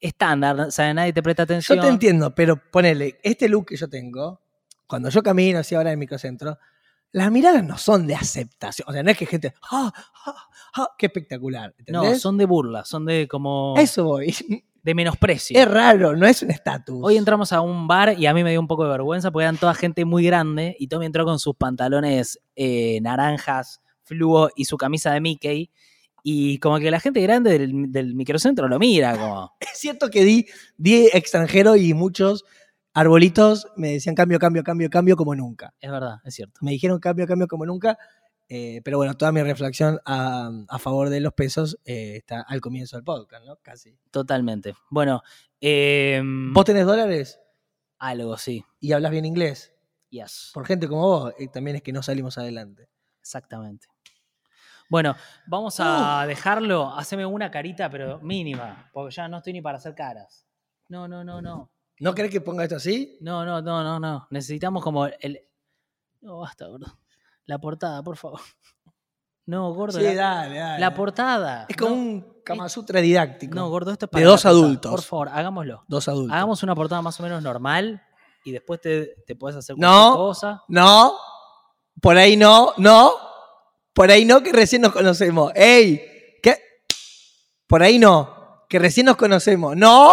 S1: estándar, o sea, nadie te presta atención.
S2: Yo te entiendo, pero ponele, este look que yo tengo, cuando yo camino así ahora en el microcentro, las miradas no son de aceptación. O sea, no es que gente, ¡ah, ah, ah, qué espectacular!
S1: No,
S2: ¿entendés?
S1: son de burla, son de como
S2: A
S1: (laughs)
S2: Eso voy.
S1: de menosprecio.
S2: (laughs) Es raro, no es un estatus.
S1: Hoy entramos a un bar y a mí me dio un poco de vergüenza porque eran toda gente muy grande y Tommy entró con sus pantalones eh, naranjas, fluo y su camisa de Mickey. Y como que la gente grande del, del microcentro lo mira como...
S2: Es cierto que di, di extranjero y muchos arbolitos me decían cambio, cambio, cambio, cambio como nunca.
S1: Es verdad, es cierto.
S2: Me dijeron cambio, cambio como nunca. eh, pero bueno, toda mi reflexión a, a favor de los pesos eh, está al comienzo del podcast, ¿no? Casi.
S1: Totalmente. Bueno, eh,
S2: Vos tenés dólares
S1: algo, sí.
S2: y hablas bien inglés.
S1: Yes.
S2: Por gente como vos, eh, también es que no salimos adelante.
S1: Exactamente. Bueno, vamos a dejarlo. Haceme una carita, pero mínima, porque ya no estoy ni para hacer caras. No, no, no, no.
S2: ¿No crees que ponga esto así?
S1: No, no, no, no, no. Necesitamos como el. No, basta, gordo. La portada, por favor. (laughs) No, gordo.
S2: Sí,
S1: la,
S2: dale, dale.
S1: la portada.
S2: es como
S1: no,
S2: un Kama Sutra didáctico.
S1: No, Ah, gordo, esto es
S2: de
S1: para.
S2: dos
S1: la portada.
S2: adultos.
S1: Por favor, hagámoslo.
S2: Dos adultos.
S1: Hagamos una portada más o menos normal y después te, te puedes hacer
S2: No.
S1: cualquier cosa.
S2: No, por ahí no, no, por ahí no, que recién nos conocemos. ¡Ey! ¿Qué? Por ahí no, que recién nos conocemos. No,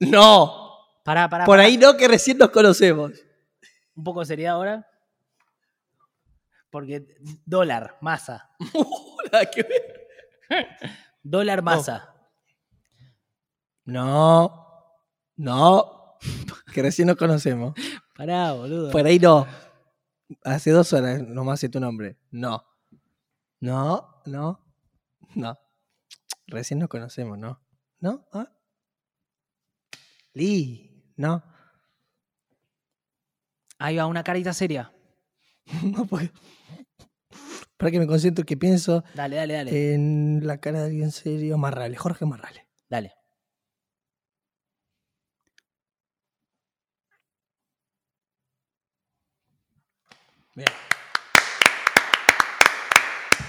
S2: no,
S1: Pará, pará.
S2: por
S1: pará.
S2: ahí no, que recién nos conocemos. (laughs)
S1: Un poco de seriedad ahora. Porque dólar, masa.
S2: Nada que ver.
S1: Dólar, masa.
S2: No, no, que recién nos conocemos.
S1: Pará, boludo.
S2: Por ahí no. Hace dos horas nomás sé tu nombre. No, no, no, no. Recién nos conocemos, ¿no? ¿No? ¿Ah? Li, no. (laughs)
S1: Ahí va, una carita seria.
S2: No puedo. Para que me concentro que pienso
S1: Dale, dale, dale.
S2: en la cara de alguien serio. Marrale, Jorge Marrale.
S1: Dale.
S2: Bien.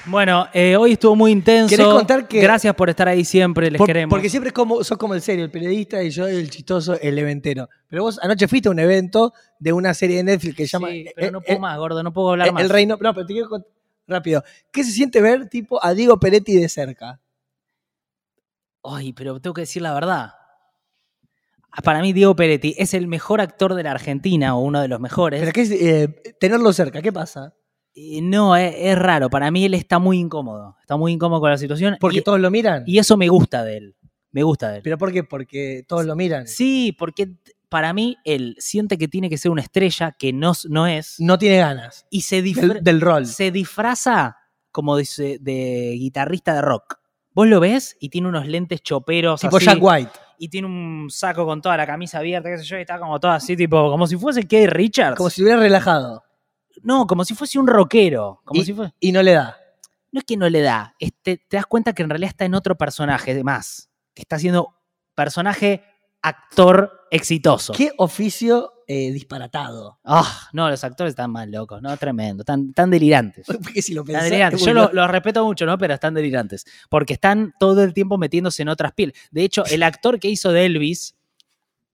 S1: Bueno, eh, hoy estuvo muy intenso.
S2: ¿Querés contar que-
S1: Gracias por estar ahí siempre, les
S2: Por-
S1: queremos.
S2: Porque siempre es como, sos como el serio, el periodista, y yo el chistoso, el eventero. Pero vos anoche fuiste a un evento de una serie de Netflix que se llama.
S1: Sí, pero
S2: eh,
S1: no
S2: eh,
S1: puedo más, gordo, no puedo hablar
S2: Eh,
S1: más.
S2: El reino. No, pero te quiero contar rápido. ¿Qué se siente ver tipo a Diego Peretti de cerca?
S1: Ay, pero tengo que decir la verdad. Ah, Para mí, Diego Peretti es el mejor actor de la Argentina o uno de los mejores.
S2: Pero qué es, eh, tenerlo cerca, ¿qué pasa?
S1: Y No, es, es raro. Para mí, él está muy incómodo. Está muy incómodo con la situación.
S2: Porque
S1: y,
S2: todos lo miran.
S1: y eso me gusta de él. Me gusta de él.
S2: ¿Pero por qué? Porque todos lo miran.
S1: Sí, porque t- para mí, él siente que tiene que ser una estrella que no, s- no es.
S2: No tiene ganas
S1: Y se,
S2: del,
S1: disfra-
S2: del rol.
S1: se disfraza como de, de guitarrista de rock. Vos lo ves y tiene unos lentes choperos.
S2: Tipo
S1: así,
S2: Jack White.
S1: Y tiene un saco con toda la camisa abierta, qué sé yo, y está como todo así, tipo, como si fuese Kay Richards.
S2: Como si hubiera relajado.
S1: No, como si fuese un rockero. Como si fue-
S2: Y no le da.
S1: No es que no le da. es- te- te das cuenta que en realidad está en otro personaje, además. Está siendo personaje actor exitoso.
S2: Qué oficio eh, disparatado. (laughs)
S1: Ah, no, los actores están más locos, ¿no? Tremendo, tan, tan delirantes.
S2: Porque si lo
S1: Están
S2: pensás,
S1: delirantes.
S2: te
S1: Yo
S2: vuelve-
S1: lo- los respeto mucho, ¿no? Pero están delirantes. Porque están todo el tiempo metiéndose en otras pieles. De hecho, el actor que hizo de Elvis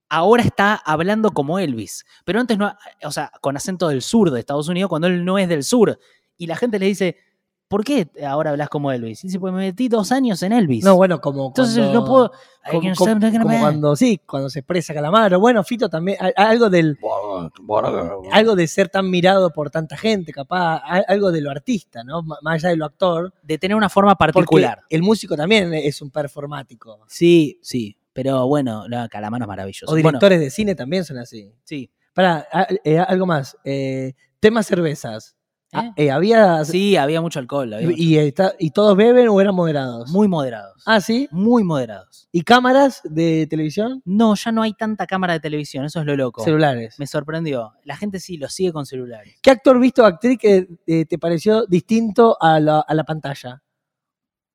S1: ahora está hablando como Elvis. Pero antes no, o sea, con acento del sur de Estados Unidos, cuando él no es del sur. Y la gente le dice, ¿por qué ahora hablas como Elvis? Y dice, pues me metí dos años en Elvis.
S2: No, bueno, como
S1: Entonces
S2: cuando-
S1: no puedo.
S2: Como, como- como cuando, sí, cuando se expresa Calamaro. Bueno, Fito también, a- a- algo del, algo de ser tan mirado por tanta gente, capaz, a- algo de lo artista, ¿no? M- Más allá de lo actor.
S1: de tener una forma
S2: Porque
S1: particular.
S2: el músico también es un performático.
S1: Sí, sí. Pero bueno, no, Calamano es maravilloso.
S2: O
S1: Bueno,
S2: directores de cine también son así.
S1: sí.
S2: Para, algo más. Eh, tema cervezas.
S1: ¿Eh?
S2: Ah, eh, había.
S1: Sí, había mucho alcohol. había mucho-
S2: y, y está- ¿Y todos beben o eran moderados?
S1: muy moderados.
S2: Ah, sí.
S1: Muy moderados.
S2: ¿Y cámaras de televisión?
S1: No, ya no hay tanta cámara de televisión, eso es lo loco.
S2: Celulares.
S1: Me sorprendió. La gente sí lo sigue con celulares.
S2: ¿Qué actor visto o actriz que eh, te pareció distinto a la, a la pantalla?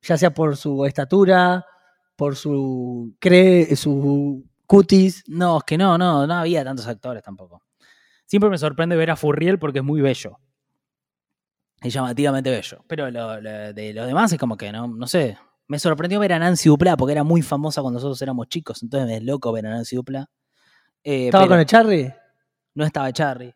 S2: Ya sea por su estatura, por su cre su cutis.
S1: No, es que no, no, no había tantos actores tampoco. Siempre me sorprende ver a Furriel porque es muy bello. Es llamativamente bello. Pero lo- lo- de los demás es como que no, no sé. Me sorprendió ver a Nancy Dupla porque era muy famosa cuando nosotros éramos chicos. Entonces me es loco ver a Nancy Dupla. Eh,
S2: ¿Estaba
S1: pero
S2: con el Charlie?
S1: No estaba Charlie.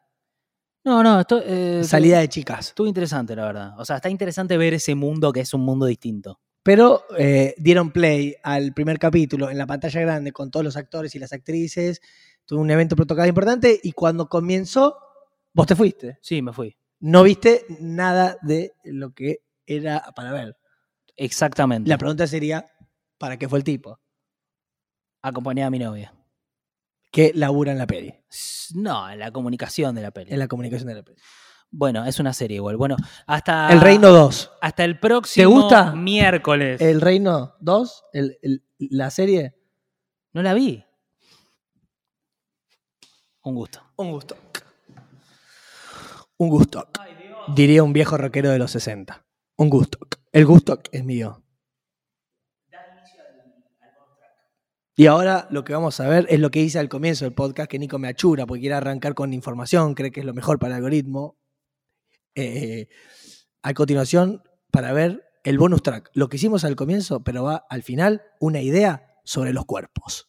S1: No, no, esto, eh,
S2: Salida de chicas.
S1: Estuvo interesante, la verdad. O sea, está interesante ver ese mundo que es un mundo distinto.
S2: Pero eh, dieron play al primer capítulo en la pantalla grande con todos los actores y las actrices. Tuvo un evento protocolo importante y cuando comenzó, vos te fuiste.
S1: Sí, me fui.
S2: No viste nada de lo que era para ver.
S1: Exactamente.
S2: La pregunta sería, ¿para qué fue el tipo?
S1: Acompañé a mi novia.
S2: Que labura en la peli,
S1: S- No, en la comunicación de la peli.
S2: en la comunicación de la peli.
S1: Bueno, es una serie igual. Bueno, hasta.
S2: El Reino 2.
S1: Hasta el próximo
S2: gusta?
S1: miércoles.
S2: El Reino 2, el- el- la serie.
S1: No la vi. Un gusto.
S2: Un gusto. Un gusto. Diría un viejo rockero de los 60. Un gusto. El gusto es mío. Y ahora lo que vamos a ver es lo que hice al comienzo del podcast, que Nico me achura porque quiere arrancar con información, cree que es lo mejor para el algoritmo. Eh, a continuación, para ver el bonus track, lo que hicimos al comienzo, pero va al final una idea sobre los cuerpos.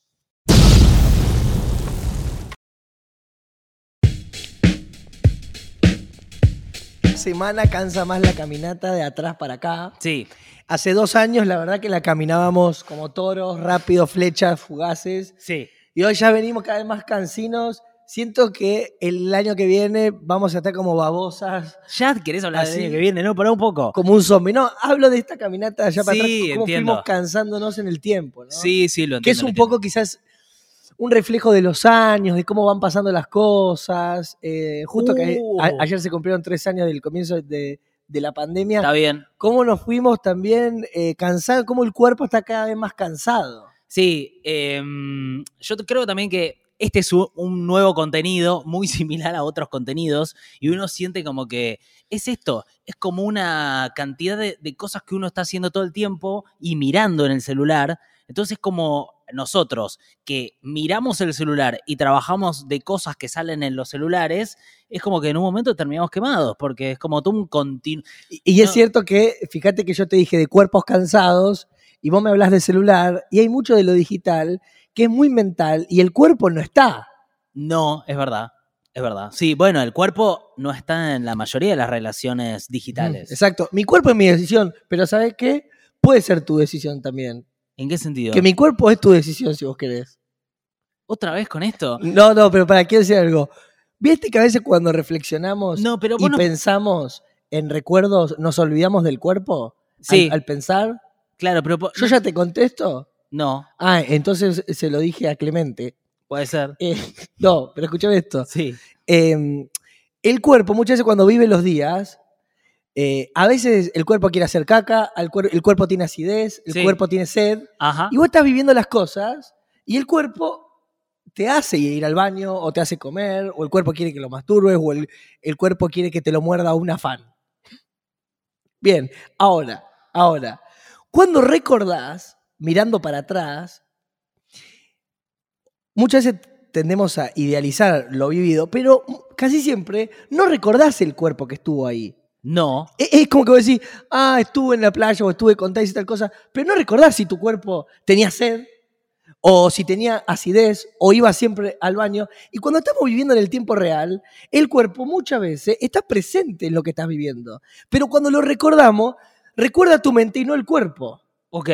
S2: Semana cansa más la caminata de atrás para acá.
S1: Sí.
S2: Hace dos años, la verdad que la caminábamos como toros, rápido, flechas, fugaces.
S1: Sí.
S2: Y hoy ya venimos cada vez más cansinos. Siento que el año que viene vamos a estar como babosas,
S1: Ya querés hablar del
S2: Así-
S1: año que viene, ¿no? Pará un poco.
S2: como un zombie. No, hablo de esta caminata de allá para
S1: Sí,
S2: atrás, cómo
S1: entiendo.
S2: fuimos cansándonos en el tiempo, ¿no?
S1: Sí, sí, lo entiendo.
S2: que es
S1: lo
S2: un
S1: entiendo.
S2: poco quizás un reflejo de los años, de cómo van pasando las cosas. Eh, justo que
S1: Uh.
S2: a- ayer se cumplieron tres años del comienzo de, de la pandemia.
S1: Está bien.
S2: cómo nos fuimos también eh, cansados, cómo el cuerpo está cada vez más cansado.
S1: Sí, em, yo t- creo también que este es u- un nuevo contenido muy (laughs) similar a otros contenidos y uno siente como que es esto, es como una cantidad de, de cosas que uno está haciendo todo el tiempo y mirando en el celular. Entonces como nosotros que miramos el celular y trabajamos de cosas que salen en los celulares, es como que en un momento terminamos quemados porque es como todo un continuo.
S2: Y, y es
S1: No.
S2: cierto que, fíjate que yo te dije de cuerpos cansados y vos me hablas de celular y hay mucho de lo digital que es muy mental y el cuerpo no está.
S1: No, es verdad. Es verdad. Sí, bueno, el cuerpo no está en la mayoría de las relaciones digitales.
S2: Mm. Exacto. Mi cuerpo es mi decisión, pero ¿sabes qué? Puede ser tu decisión también.
S1: ¿En qué sentido?
S2: Que mi cuerpo es tu decisión si vos querés.
S1: ¿Otra vez con esto?
S2: No, no, pero para qué decir algo. ¿Viste que a veces cuando reflexionamos
S1: No, pero
S2: y
S1: bueno.
S2: pensamos en recuerdos, nos olvidamos del cuerpo? Al-
S1: Sí,
S2: al pensar.
S1: claro, pero. po-
S2: Yo ya te contesto.
S1: No,
S2: Ah, entonces se lo dije a Clemente.
S1: puede ser.
S2: Eh, no, pero escúchame esto. Em,
S1: Sí.
S2: Eh, el cuerpo muchas veces cuando vive los días eh, a veces el cuerpo quiere hacer caca, al cuer- el cuerpo tiene acidez, el
S1: Sí.
S2: cuerpo tiene sed,
S1: Ajá.
S2: y vos estás viviendo las cosas y el cuerpo te hace ir al baño o te hace comer, o el cuerpo quiere que lo masturbes, o el, el cuerpo quiere que te lo muerda un afán. Bien, ahora, ahora, cuando recordás, mirando para atrás, muchas veces tendemos a idealizar lo vivido, pero casi siempre no recordás el cuerpo que estuvo ahí.
S1: No.
S2: Es, es como que vos decís, ah, estuve en la playa o estuve con tal y tal cosa, pero no recordás si tu cuerpo tenía sed o si tenía acidez o iba siempre al baño. Y cuando estamos viviendo en el tiempo real, el cuerpo muchas veces está presente en lo que estás viviendo, pero cuando lo recordamos, recuerda tu mente y no el cuerpo.
S1: Ok.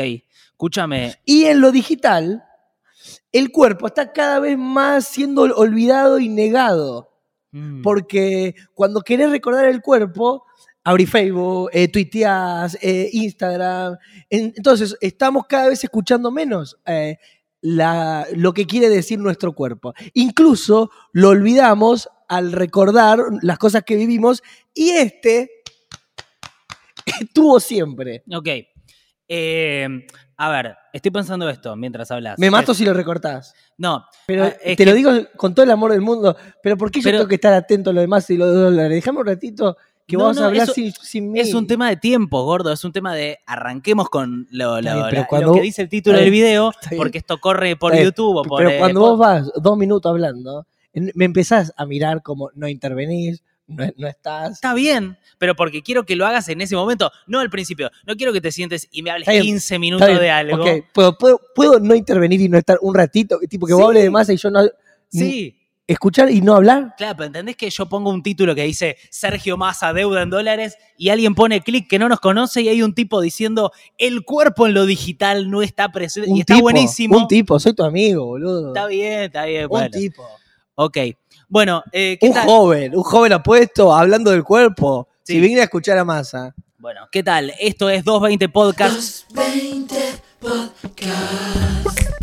S1: Escúchame.
S2: Y en lo digital, el cuerpo está cada vez más siendo olvidado y negado.
S1: Mm.
S2: Porque cuando querés recordar el cuerpo, abrís Facebook, eh, tuiteás, eh, Instagram. En- entonces, estamos cada vez escuchando menos eh, la- lo que quiere decir nuestro cuerpo. Incluso lo olvidamos al recordar las cosas que vivimos y este estuvo siempre.
S1: Ok. Eh, a ver, estoy pensando esto mientras hablas. Eh,
S2: Me mato si lo recortás.
S1: No,
S2: Pero
S1: Ah, es
S2: te lo
S1: que-
S2: digo con todo el amor del mundo. Pero ¿por qué yo
S1: Pero-
S2: tengo que estar atento a lo demás y los dólares? Déjame un ratito que
S1: No,
S2: vamos
S1: no,
S2: a hablar
S1: eso-
S2: sin, sin mí.
S1: es un tema de tiempo, gordo. Es un tema de arranquemos con lo,
S2: Está
S1: lo-
S2: bien, pero
S1: la-
S2: cuando
S1: lo que
S2: vos-
S1: dice el título
S2: está
S1: del
S2: bien,
S1: video,
S2: está bien.
S1: porque esto corre por
S2: Está bien,
S1: YouTube o por.
S2: Pero
S1: eh,
S2: cuando
S1: pod-
S2: vos vas dos minutos hablando, en- me empezás a mirar como no intervenís, no, no estás.
S1: Está bien, pero porque quiero que lo hagas en ese momento, no al principio. No quiero que te sientes y me hables
S2: Está bien,
S1: 15
S2: Está
S1: minutos
S2: bien,
S1: de algo.
S2: ok, ¿puedo, puedo, puedo no intervenir y no estar un ratito? Tipo que
S1: Sí.
S2: vos hables de más y yo no.
S1: Sí.
S2: Escuchar y no hablar.
S1: Claro, pero ¿entendés que yo pongo un título que dice Sergio Massa deuda en dólares y alguien pone clic que no nos conoce y hay un tipo diciendo el cuerpo en lo digital no está presente?
S2: Un
S1: Y está
S2: tipo,
S1: buenísimo.
S2: Un tipo, soy tu amigo, boludo.
S1: Está bien, está bien.
S2: un
S1: bueno.
S2: tipo.
S1: Ok. Bueno, eh, ¿qué
S2: Un
S1: tal?
S2: joven, un joven apuesto, hablando del cuerpo.
S1: Sí.
S2: Si vine a escuchar a masa.
S1: Bueno, ¿qué tal? Esto es 220 Podcast.
S3: 20 podcast.